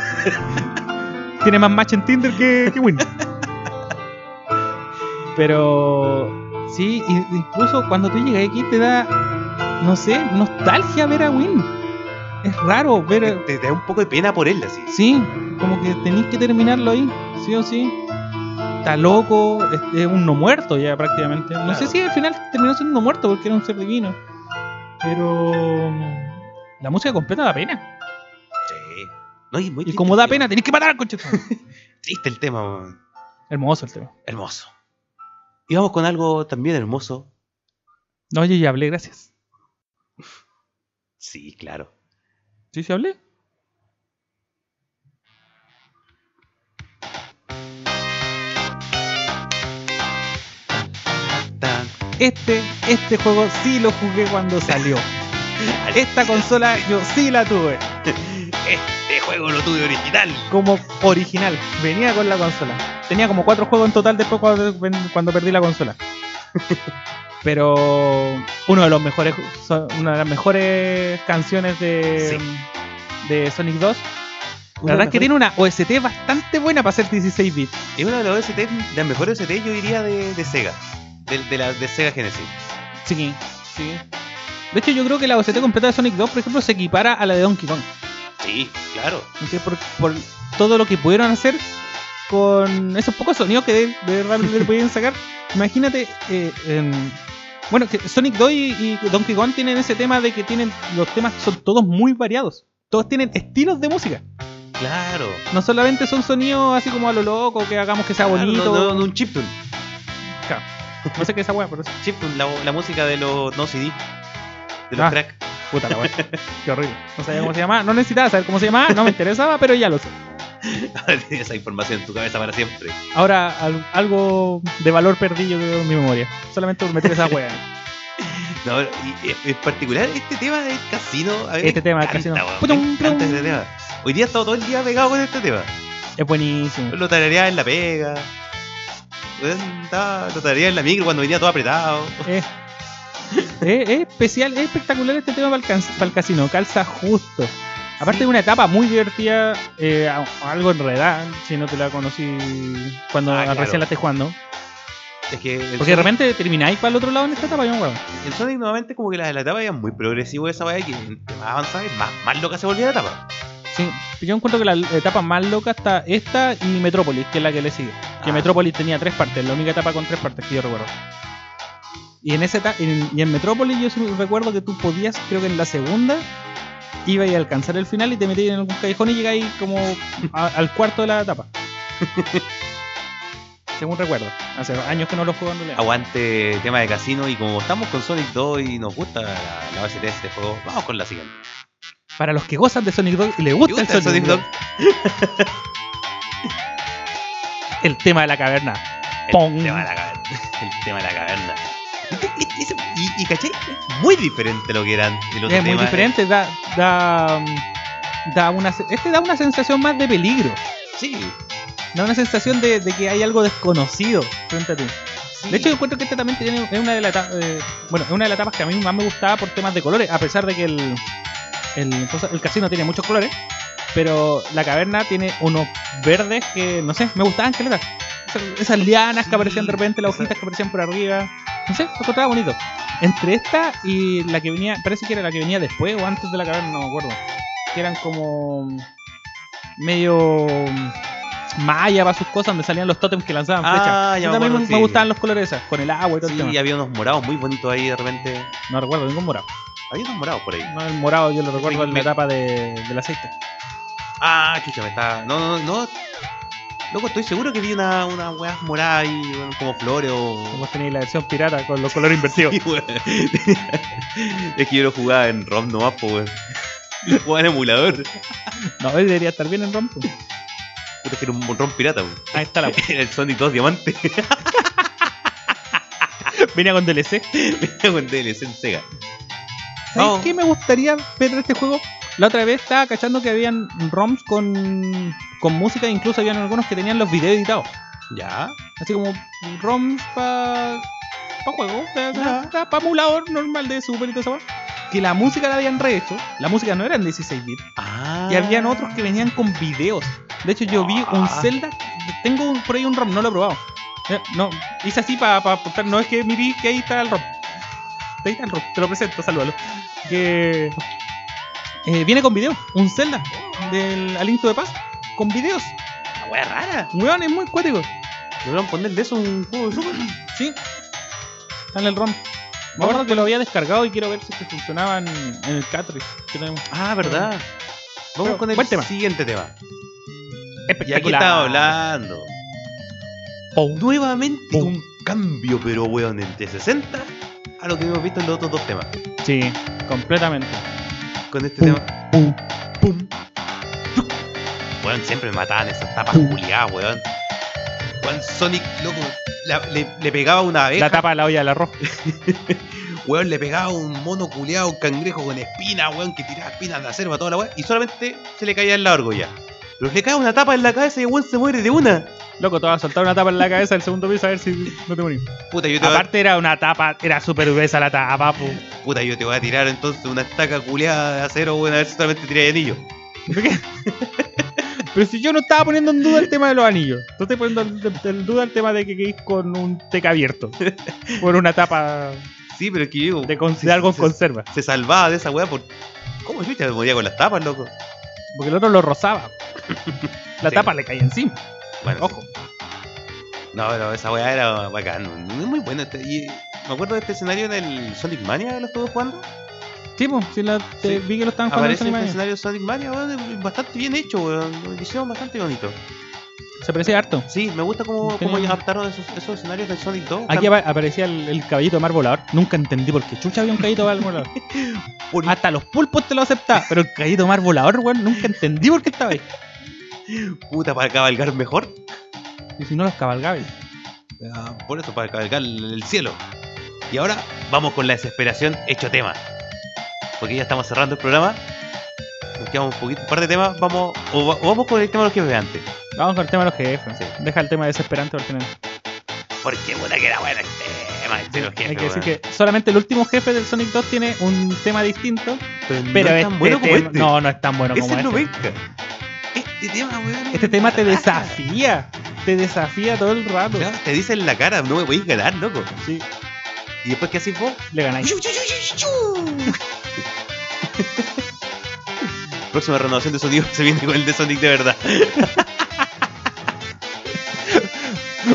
tiene más match en Tinder que, que Win. Pero sí, in- incluso cuando tú llegas aquí te da, no sé, nostalgia ver a Win. Es raro ver. Te, te da un poco de pena por él, así. Sí, como que tenéis que terminarlo ahí, sí o sí. Está loco, es, es un no muerto ya prácticamente. No sé Claro. si al final terminó siendo un no muerto porque era un ser divino. Pero. mm, La música completa da pena. Sí. No, y, muy Y triste como el da tema. pena, tenés que parar, conchito. Triste el tema, weón. Hermoso el tema. Hermoso. Y vamos con algo también hermoso. No, yo ya hablé, gracias. Sí, claro. ¿Sí, sí hablé? Tan. Este, este juego sí lo jugué cuando salió. Esta consola yo sí la tuve. Este juego lo tuve original. como original. Venía con la consola. Tenía como cuatro juegos en total después cuando, cuando perdí la consola. Pero uno de los mejores, son una de las mejores canciones de, de Sonic 2. La verdad es que tiene una OST bastante buena para ser 16 bits. Es una de las OST, de las mejores OST, yo diría, de, de Sega. De, de la, de Sega Genesis. Sí, sí. De hecho, yo creo que la OST completa de Sonic 2, por ejemplo, se equipara a la de Donkey Kong. Sí, claro. ¿sí? Por, por todo lo que pudieron hacer con esos pocos sonidos que de, de verdad le pueden sacar. Imagínate, eh, em, bueno, que Sonic 2 y, y Donkey Kong tienen ese tema de que tienen los temas son todos muy variados. Todos tienen estilos de música. Claro. No solamente son sonidos así como a lo loco, que hagamos que sea Claro, bonito. No, No, no, no, un chiptune. sé qué es esa weá, por eso. Chiptune, la, la música de los no CD. De los Ah. crack. Puta la weá. Qué horrible. No sabía cómo se llamaba. No necesitaba saber cómo se llamaba. No me interesaba, pero ya lo sé. Ahora tienes esa información en tu cabeza para siempre. Ahora al- algo de valor perdí yo creo en mi memoria. Solamente por meter esa weá. No, y- y- en particular este tema del casino. a mí me Este tema del encanta, casino. weón, Putum, me encanta putum. este tema. Hoy día he estado todo el día pegado con este tema. Es buenísimo. Lo tarareaba en la pega. Weón, estaba- Lo tarareaba en la micro cuando venía todo apretado. Es, es- es especial, es espectacular este tema para el, can- para el casino. Calza justo. Aparte de una etapa muy divertida, eh, a- algo enredada, si no te la conocí cuando Ah, claro. recién la estés jugando. Es que el Porque Sonic- de repente termináis para el otro lado en esta etapa, yo weón. El Sonic nuevamente como que la, la etapa era muy progresivo de esa weá y que entre más avanzaba más, más loca se volvía la etapa. Sí, yo encuentro que la etapa más loca está esta y Metrópolis, que es la que le sigue. Que Ah. Metrópolis tenía tres partes, la única etapa con tres partes que yo recuerdo. Y en esa eta- en- y en Metrópolis yo sí recuerdo que tú podías, creo que en la segunda, ibas a alcanzar el final y te metías en algún callejón y llegáis como a- al cuarto de la etapa. Según recuerdo, hace años que no lo juego en Ah, realidad. Aguante tema de casino y como estamos con Sonic 2 y nos gusta la, la OST de este juego, vamos con la siguiente. Para los que gozan de Sonic Dog y les ¿Te gusta, gusta el Sonic, Dog, Dog? el tema de la caverna. El Pong. tema de la caverna. El tema de la caverna. Y- y- y- Y, y cachai, es muy diferente lo que eran el otro es muy tema. diferente, da, da, mm, da una, se- este da una sensación más de peligro, Sí, da una sensación de, de que hay algo desconocido frente a ti. sí. De hecho, yo encuentro que este también tiene, es una de las eta- eh, bueno, es una de las etapas que a mí más me gustaba por temas de colores, a pesar de que el, el, cosa- el casino tiene muchos colores, pero la caverna tiene unos verdes que, no sé, me gustaban que Esas lianas Sí, que aparecían de repente, las esa- hojitas que aparecían por arriba. No sé, lo encontraba bonito. Entre esta y la que venía, parece que era la que venía después o antes de la caverna, no me acuerdo. Que eran como medio mm, maya para sus cosas, donde salían los tótems que lanzaban Ah, flechas. ya me Yo también acuerdo, me, sí. me gustaban los colores esas, con el agua y todo Sí, el tema. y había unos morados muy bonitos ahí de repente. No recuerdo ningún morado. Había unos morados por ahí. No, el morado yo lo recuerdo en me- la etapa de, del aceite. Ah, chucha, me está. No, no, no. Loco, estoy seguro que vi una, una weá morada ahí, weón, como flores o. Hemos tenido la versión pirata con los colores invertidos. Sí, weón. es que yo lo jugaba en ROM nomás, po, weón. Lo jugaba en emulador. Puta, No, hoy debería estar bien en ROM. pues. es que era un ROM pirata, weón. Ahí está la wea. Era el Sonic 2 Diamante. Venía con DLC. con DLC en Sega. ¿Sabes Vamos. qué me gustaría ver de este juego? La otra vez estaba cachando que habían ROMs con, con música, incluso habían algunos que tenían los videos editados. Ya. Así como ROMs para pa juego, para pa emulador normal de Super y todo eso. Que la música la habían rehecho. La música no era en 16 bits. Ah. Y habían otros que venían con videos. De hecho, yo vi un Ah. Zelda. Tengo un- por ahí un ROM, no lo he probado. Eh, No, hice así para apuntar. No es que mirí que ahí está el ROM. Ahí está el ROM, te lo presento, salúdalo. Que. eh, viene con video, un Zelda del A Link to the Past con videos. Una weá rara. Weón, es muy cuático. Lograron poner de eso un juego de Super. Sí, está en el ROM. Me acuerdo que lo había descargado y quiero ver si es que funcionaba en, en el cartridge que tenemos. Ah, verdad. Vamos Bueno, con el buen tema. siguiente tema. Y aquí estaba hablando. Pum. Nuevamente Pum. un cambio, pero weón, entre 60 a lo que hemos visto en los otros dos temas. Sí, completamente. Con este Pum. tema, Pum, pum. weón, siempre me mataban esas tapas Pum. culiadas, weón. Weón, Sonic, loco, la- le, le pegaba una abeja, La tapa de la olla del arroz. weón, le pegaba un mono culiado, un cangrejo con espina, weón, que tiraba espinas de acero a toda la weón, y solamente se le caía en la argolla. Pero le cae una tapa en la cabeza y el weón se muere de una. Loco, te vas a soltar una tapa en la cabeza del segundo piso a ver si no te morís. Puta, yo te, voy a, Aparte era una tapa, era súper gruesa la tapa, po. puta, yo te voy a tirar entonces una estaca culiada de acero, weón, a ver si solamente tiré anillo. ¿Por qué? Pero si yo no estaba poniendo en duda el tema de los anillos. Tú estás poniendo en- en en duda el tema de que quedís con un teca abierto. Por una tapa Sí, pero es que yo. de, con- sí, de algo en sí, conserva. se salvaba de esa weá por. ¿Cómo chucha me moría con las tapas, loco? Porque el otro lo rozaba. La Sí. tapa le caía encima. Bueno, Ojo. sí. No, pero esa weá era bacán. Es muy buena. Este- Y me acuerdo de este escenario en el Sonic Mania, ¿lo estuvo jugando? Sí, pues, si la, te- Sí. vi que lo estaban Ah, jugando en Aparece Sony este Mania. escenario de Sonic Mania, weón, bastante bien hecho, weón. Lo hicieron bastante bonito. Se parecía harto. Sí, me gusta cómo, cómo Tenía- adaptaron esos, esos escenarios del Sonic 2. Aquí apa- aparecía el, el caballito de mar volador. Nunca entendí por qué chucha había un caballito de mar volador. Por- Hasta los pulpos te lo aceptaba, pero el caballito de mar volador, weón, nunca entendí por qué estaba ahí. puta para cabalgar mejor. Y si no los cabalgaba. y- Ah, por eso, para cabalgar el el cielo. Y ahora vamos con la desesperación hecho tema. Porque ya estamos cerrando el programa. Nos quedamos un, poquito, un par de temas. Vamos, o, va- o vamos con el tema de los jefes de antes. Vamos con el tema de los jefes. Sí. Deja el tema desesperante porque no- Porque puta que era bueno el tema el de los jefes. Hay que decir weón. que solamente el último jefe del Sonic 2 tiene un tema distinto, pero no este es tan bueno como tema- este. no, no es tan bueno Ese como es este. lo venga. Este tema, weón. Este tema te desafía desafía, te desafía todo el rato. No, te dice en la cara, no me podéis ganar, loco. Sí, Y después, ¿qué haces vos? le ganáis. Próxima renovación de sonido se viene con el de Sonic de verdad.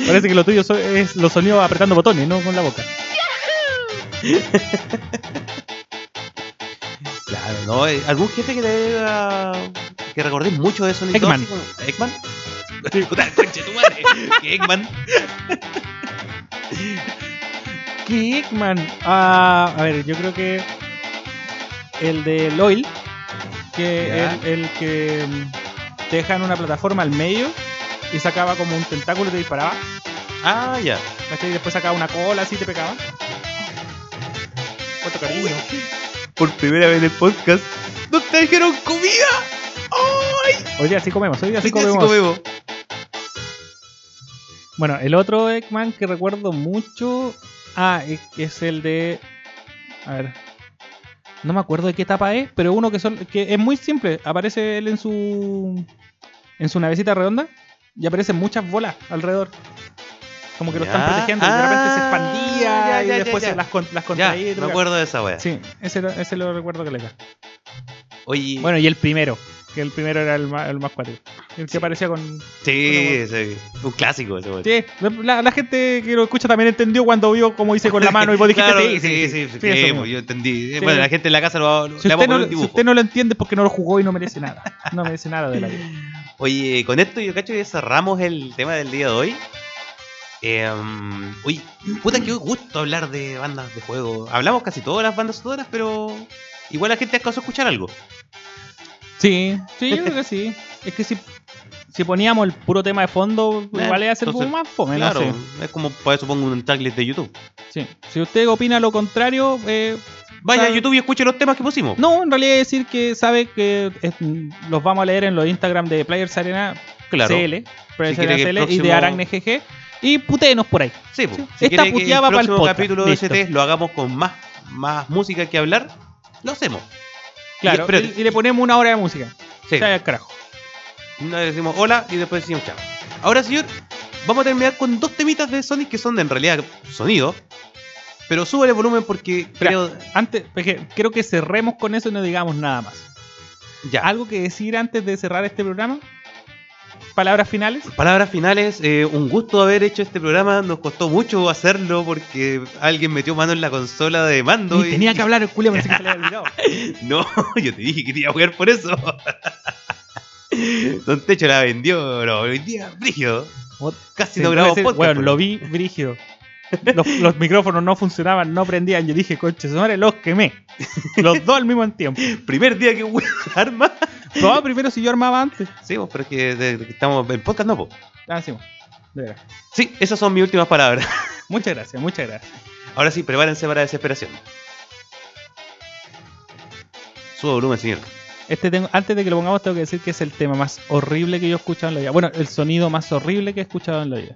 Parece que lo tuyo so- es los sonidos apretando botones, no con la boca. Claro, ¿no? Eh, ¿Algún jefe que te haya- que recordéis mucho de Sonic Eggman. 2? Así como- ¿Eggman? Puta, concha de tu madre. Que Eggman. Kickman. Ah, a ver, yo creo que el de Loil, que Ya. el, el que mm, te deja en una plataforma al medio y sacaba como un tentáculo y te disparaba. Ah, ya. ¿cachai? Y después sacaba una cola así y te pegaba. Cuánto cariño. Por primera vez en el podcast, nos trajeron comida. ¡Ay! Hoy día sí comemos, hoy día sí Hoy día sí comemos. comemos. Bueno, el otro Eggman que recuerdo mucho. Ah, e- es el de. A ver. No me acuerdo de qué etapa es, pero uno que, sol- que es muy simple. Aparece él en su. En su navecita redonda. Y aparecen muchas bolas alrededor. Como que lo están Ya. protegiendo. Y de repente se expandía. Ah, ya, y ya, después ya, se ya. las, con- las Ya, contraía. y me todo. acuerdo de esa wea. Sí, ese, lo- ese lo recuerdo que le da. Oye, Bueno, y el primero. Que el primero era el más, el más cuático. El que Sí. aparecía con. sí, sí, un clásico ese wea. Sí, la, la gente que lo escucha también entendió cuando vio cómo hice con la mano y vos dijiste Claro, sí, sí, sí, sí, sí, eso pues, mismo. yo entendí. Eh, Sí. Bueno, la gente en la casa lo va, Si le va a usted, poner no, un si dibujo. usted no lo entiende es porque no lo jugó y no merece nada. No merece nada de la vida. Oye, con esto yo cacho que cerramos el tema del día de hoy. Eh, um, uy, puta que gusto hablar de bandas de juego. Hablamos casi todas las bandas sonoras, pero igual la gente alcanzó a escuchar algo. Sí, sí, yo creo que sí. Es que si, si poníamos el puro tema de fondo, igual es hacer entonces, como más fome, claro, no sé. es como para eso pongo un tracklist de YouTube. Sí. Si usted opina lo contrario, eh, Vaya Claro. a YouTube y escuche los temas que pusimos. no, en realidad decir que sabe que eh, los vamos a leer en los Instagram de Players Arena claro. CL, Players quiere Arena que el CL y de próximo- Aragne GG y putenos por ahí. Sí, pues, Sí. si Esta quiere que puteada el pa'l próximo podcast. capítulo de Listo. ST lo hagamos con más, más música que hablar, lo hacemos. Claro, pero- y, y le ponemos una hora de música. Sí. O sea, al carajo. Una vez decimos hola y después decimos chao. Ahora, señor, vamos a terminar con dos temitas de Sonic que son de, en realidad sonido. Pero sube el volumen porque Espera. creo. Antes, porque creo que cerremos con eso y no digamos nada más. Ya. Ah, ¿Algo que decir antes de cerrar este programa? ¿Palabras finales? Palabras finales, eh, un gusto haber hecho este programa. Nos costó mucho hacerlo porque alguien metió mano en la consola de mando. Ni y- tenía que hablar el culiao, pensé que se le había olvidado. No, yo te dije que te iba a jugar por eso. Don Techo la vendió, no, hoy día, brígido. Casi no grabamos podcast. pues. Bueno, por Oh, lo eso. vi brígido. Los, los micrófonos no funcionaban, no prendían. Yo dije, coche, madre, los quemé. Los dos al mismo tiempo. Primer día que voy a armar. Probaba primero si yo armaba antes. Sí, pues, pero es que de- que estamos en podcast, no, po. Ah, sí, bueno. de verdad. Sí, esas son mis últimas palabras. Muchas gracias, muchas gracias. Ahora sí, prepárense para la desesperación. Suba volumen, señor. Este tengo, antes de que lo pongamos, tengo que decir que es el tema más horrible que yo he escuchado en la vida. Bueno, el sonido más horrible que he escuchado en la vida.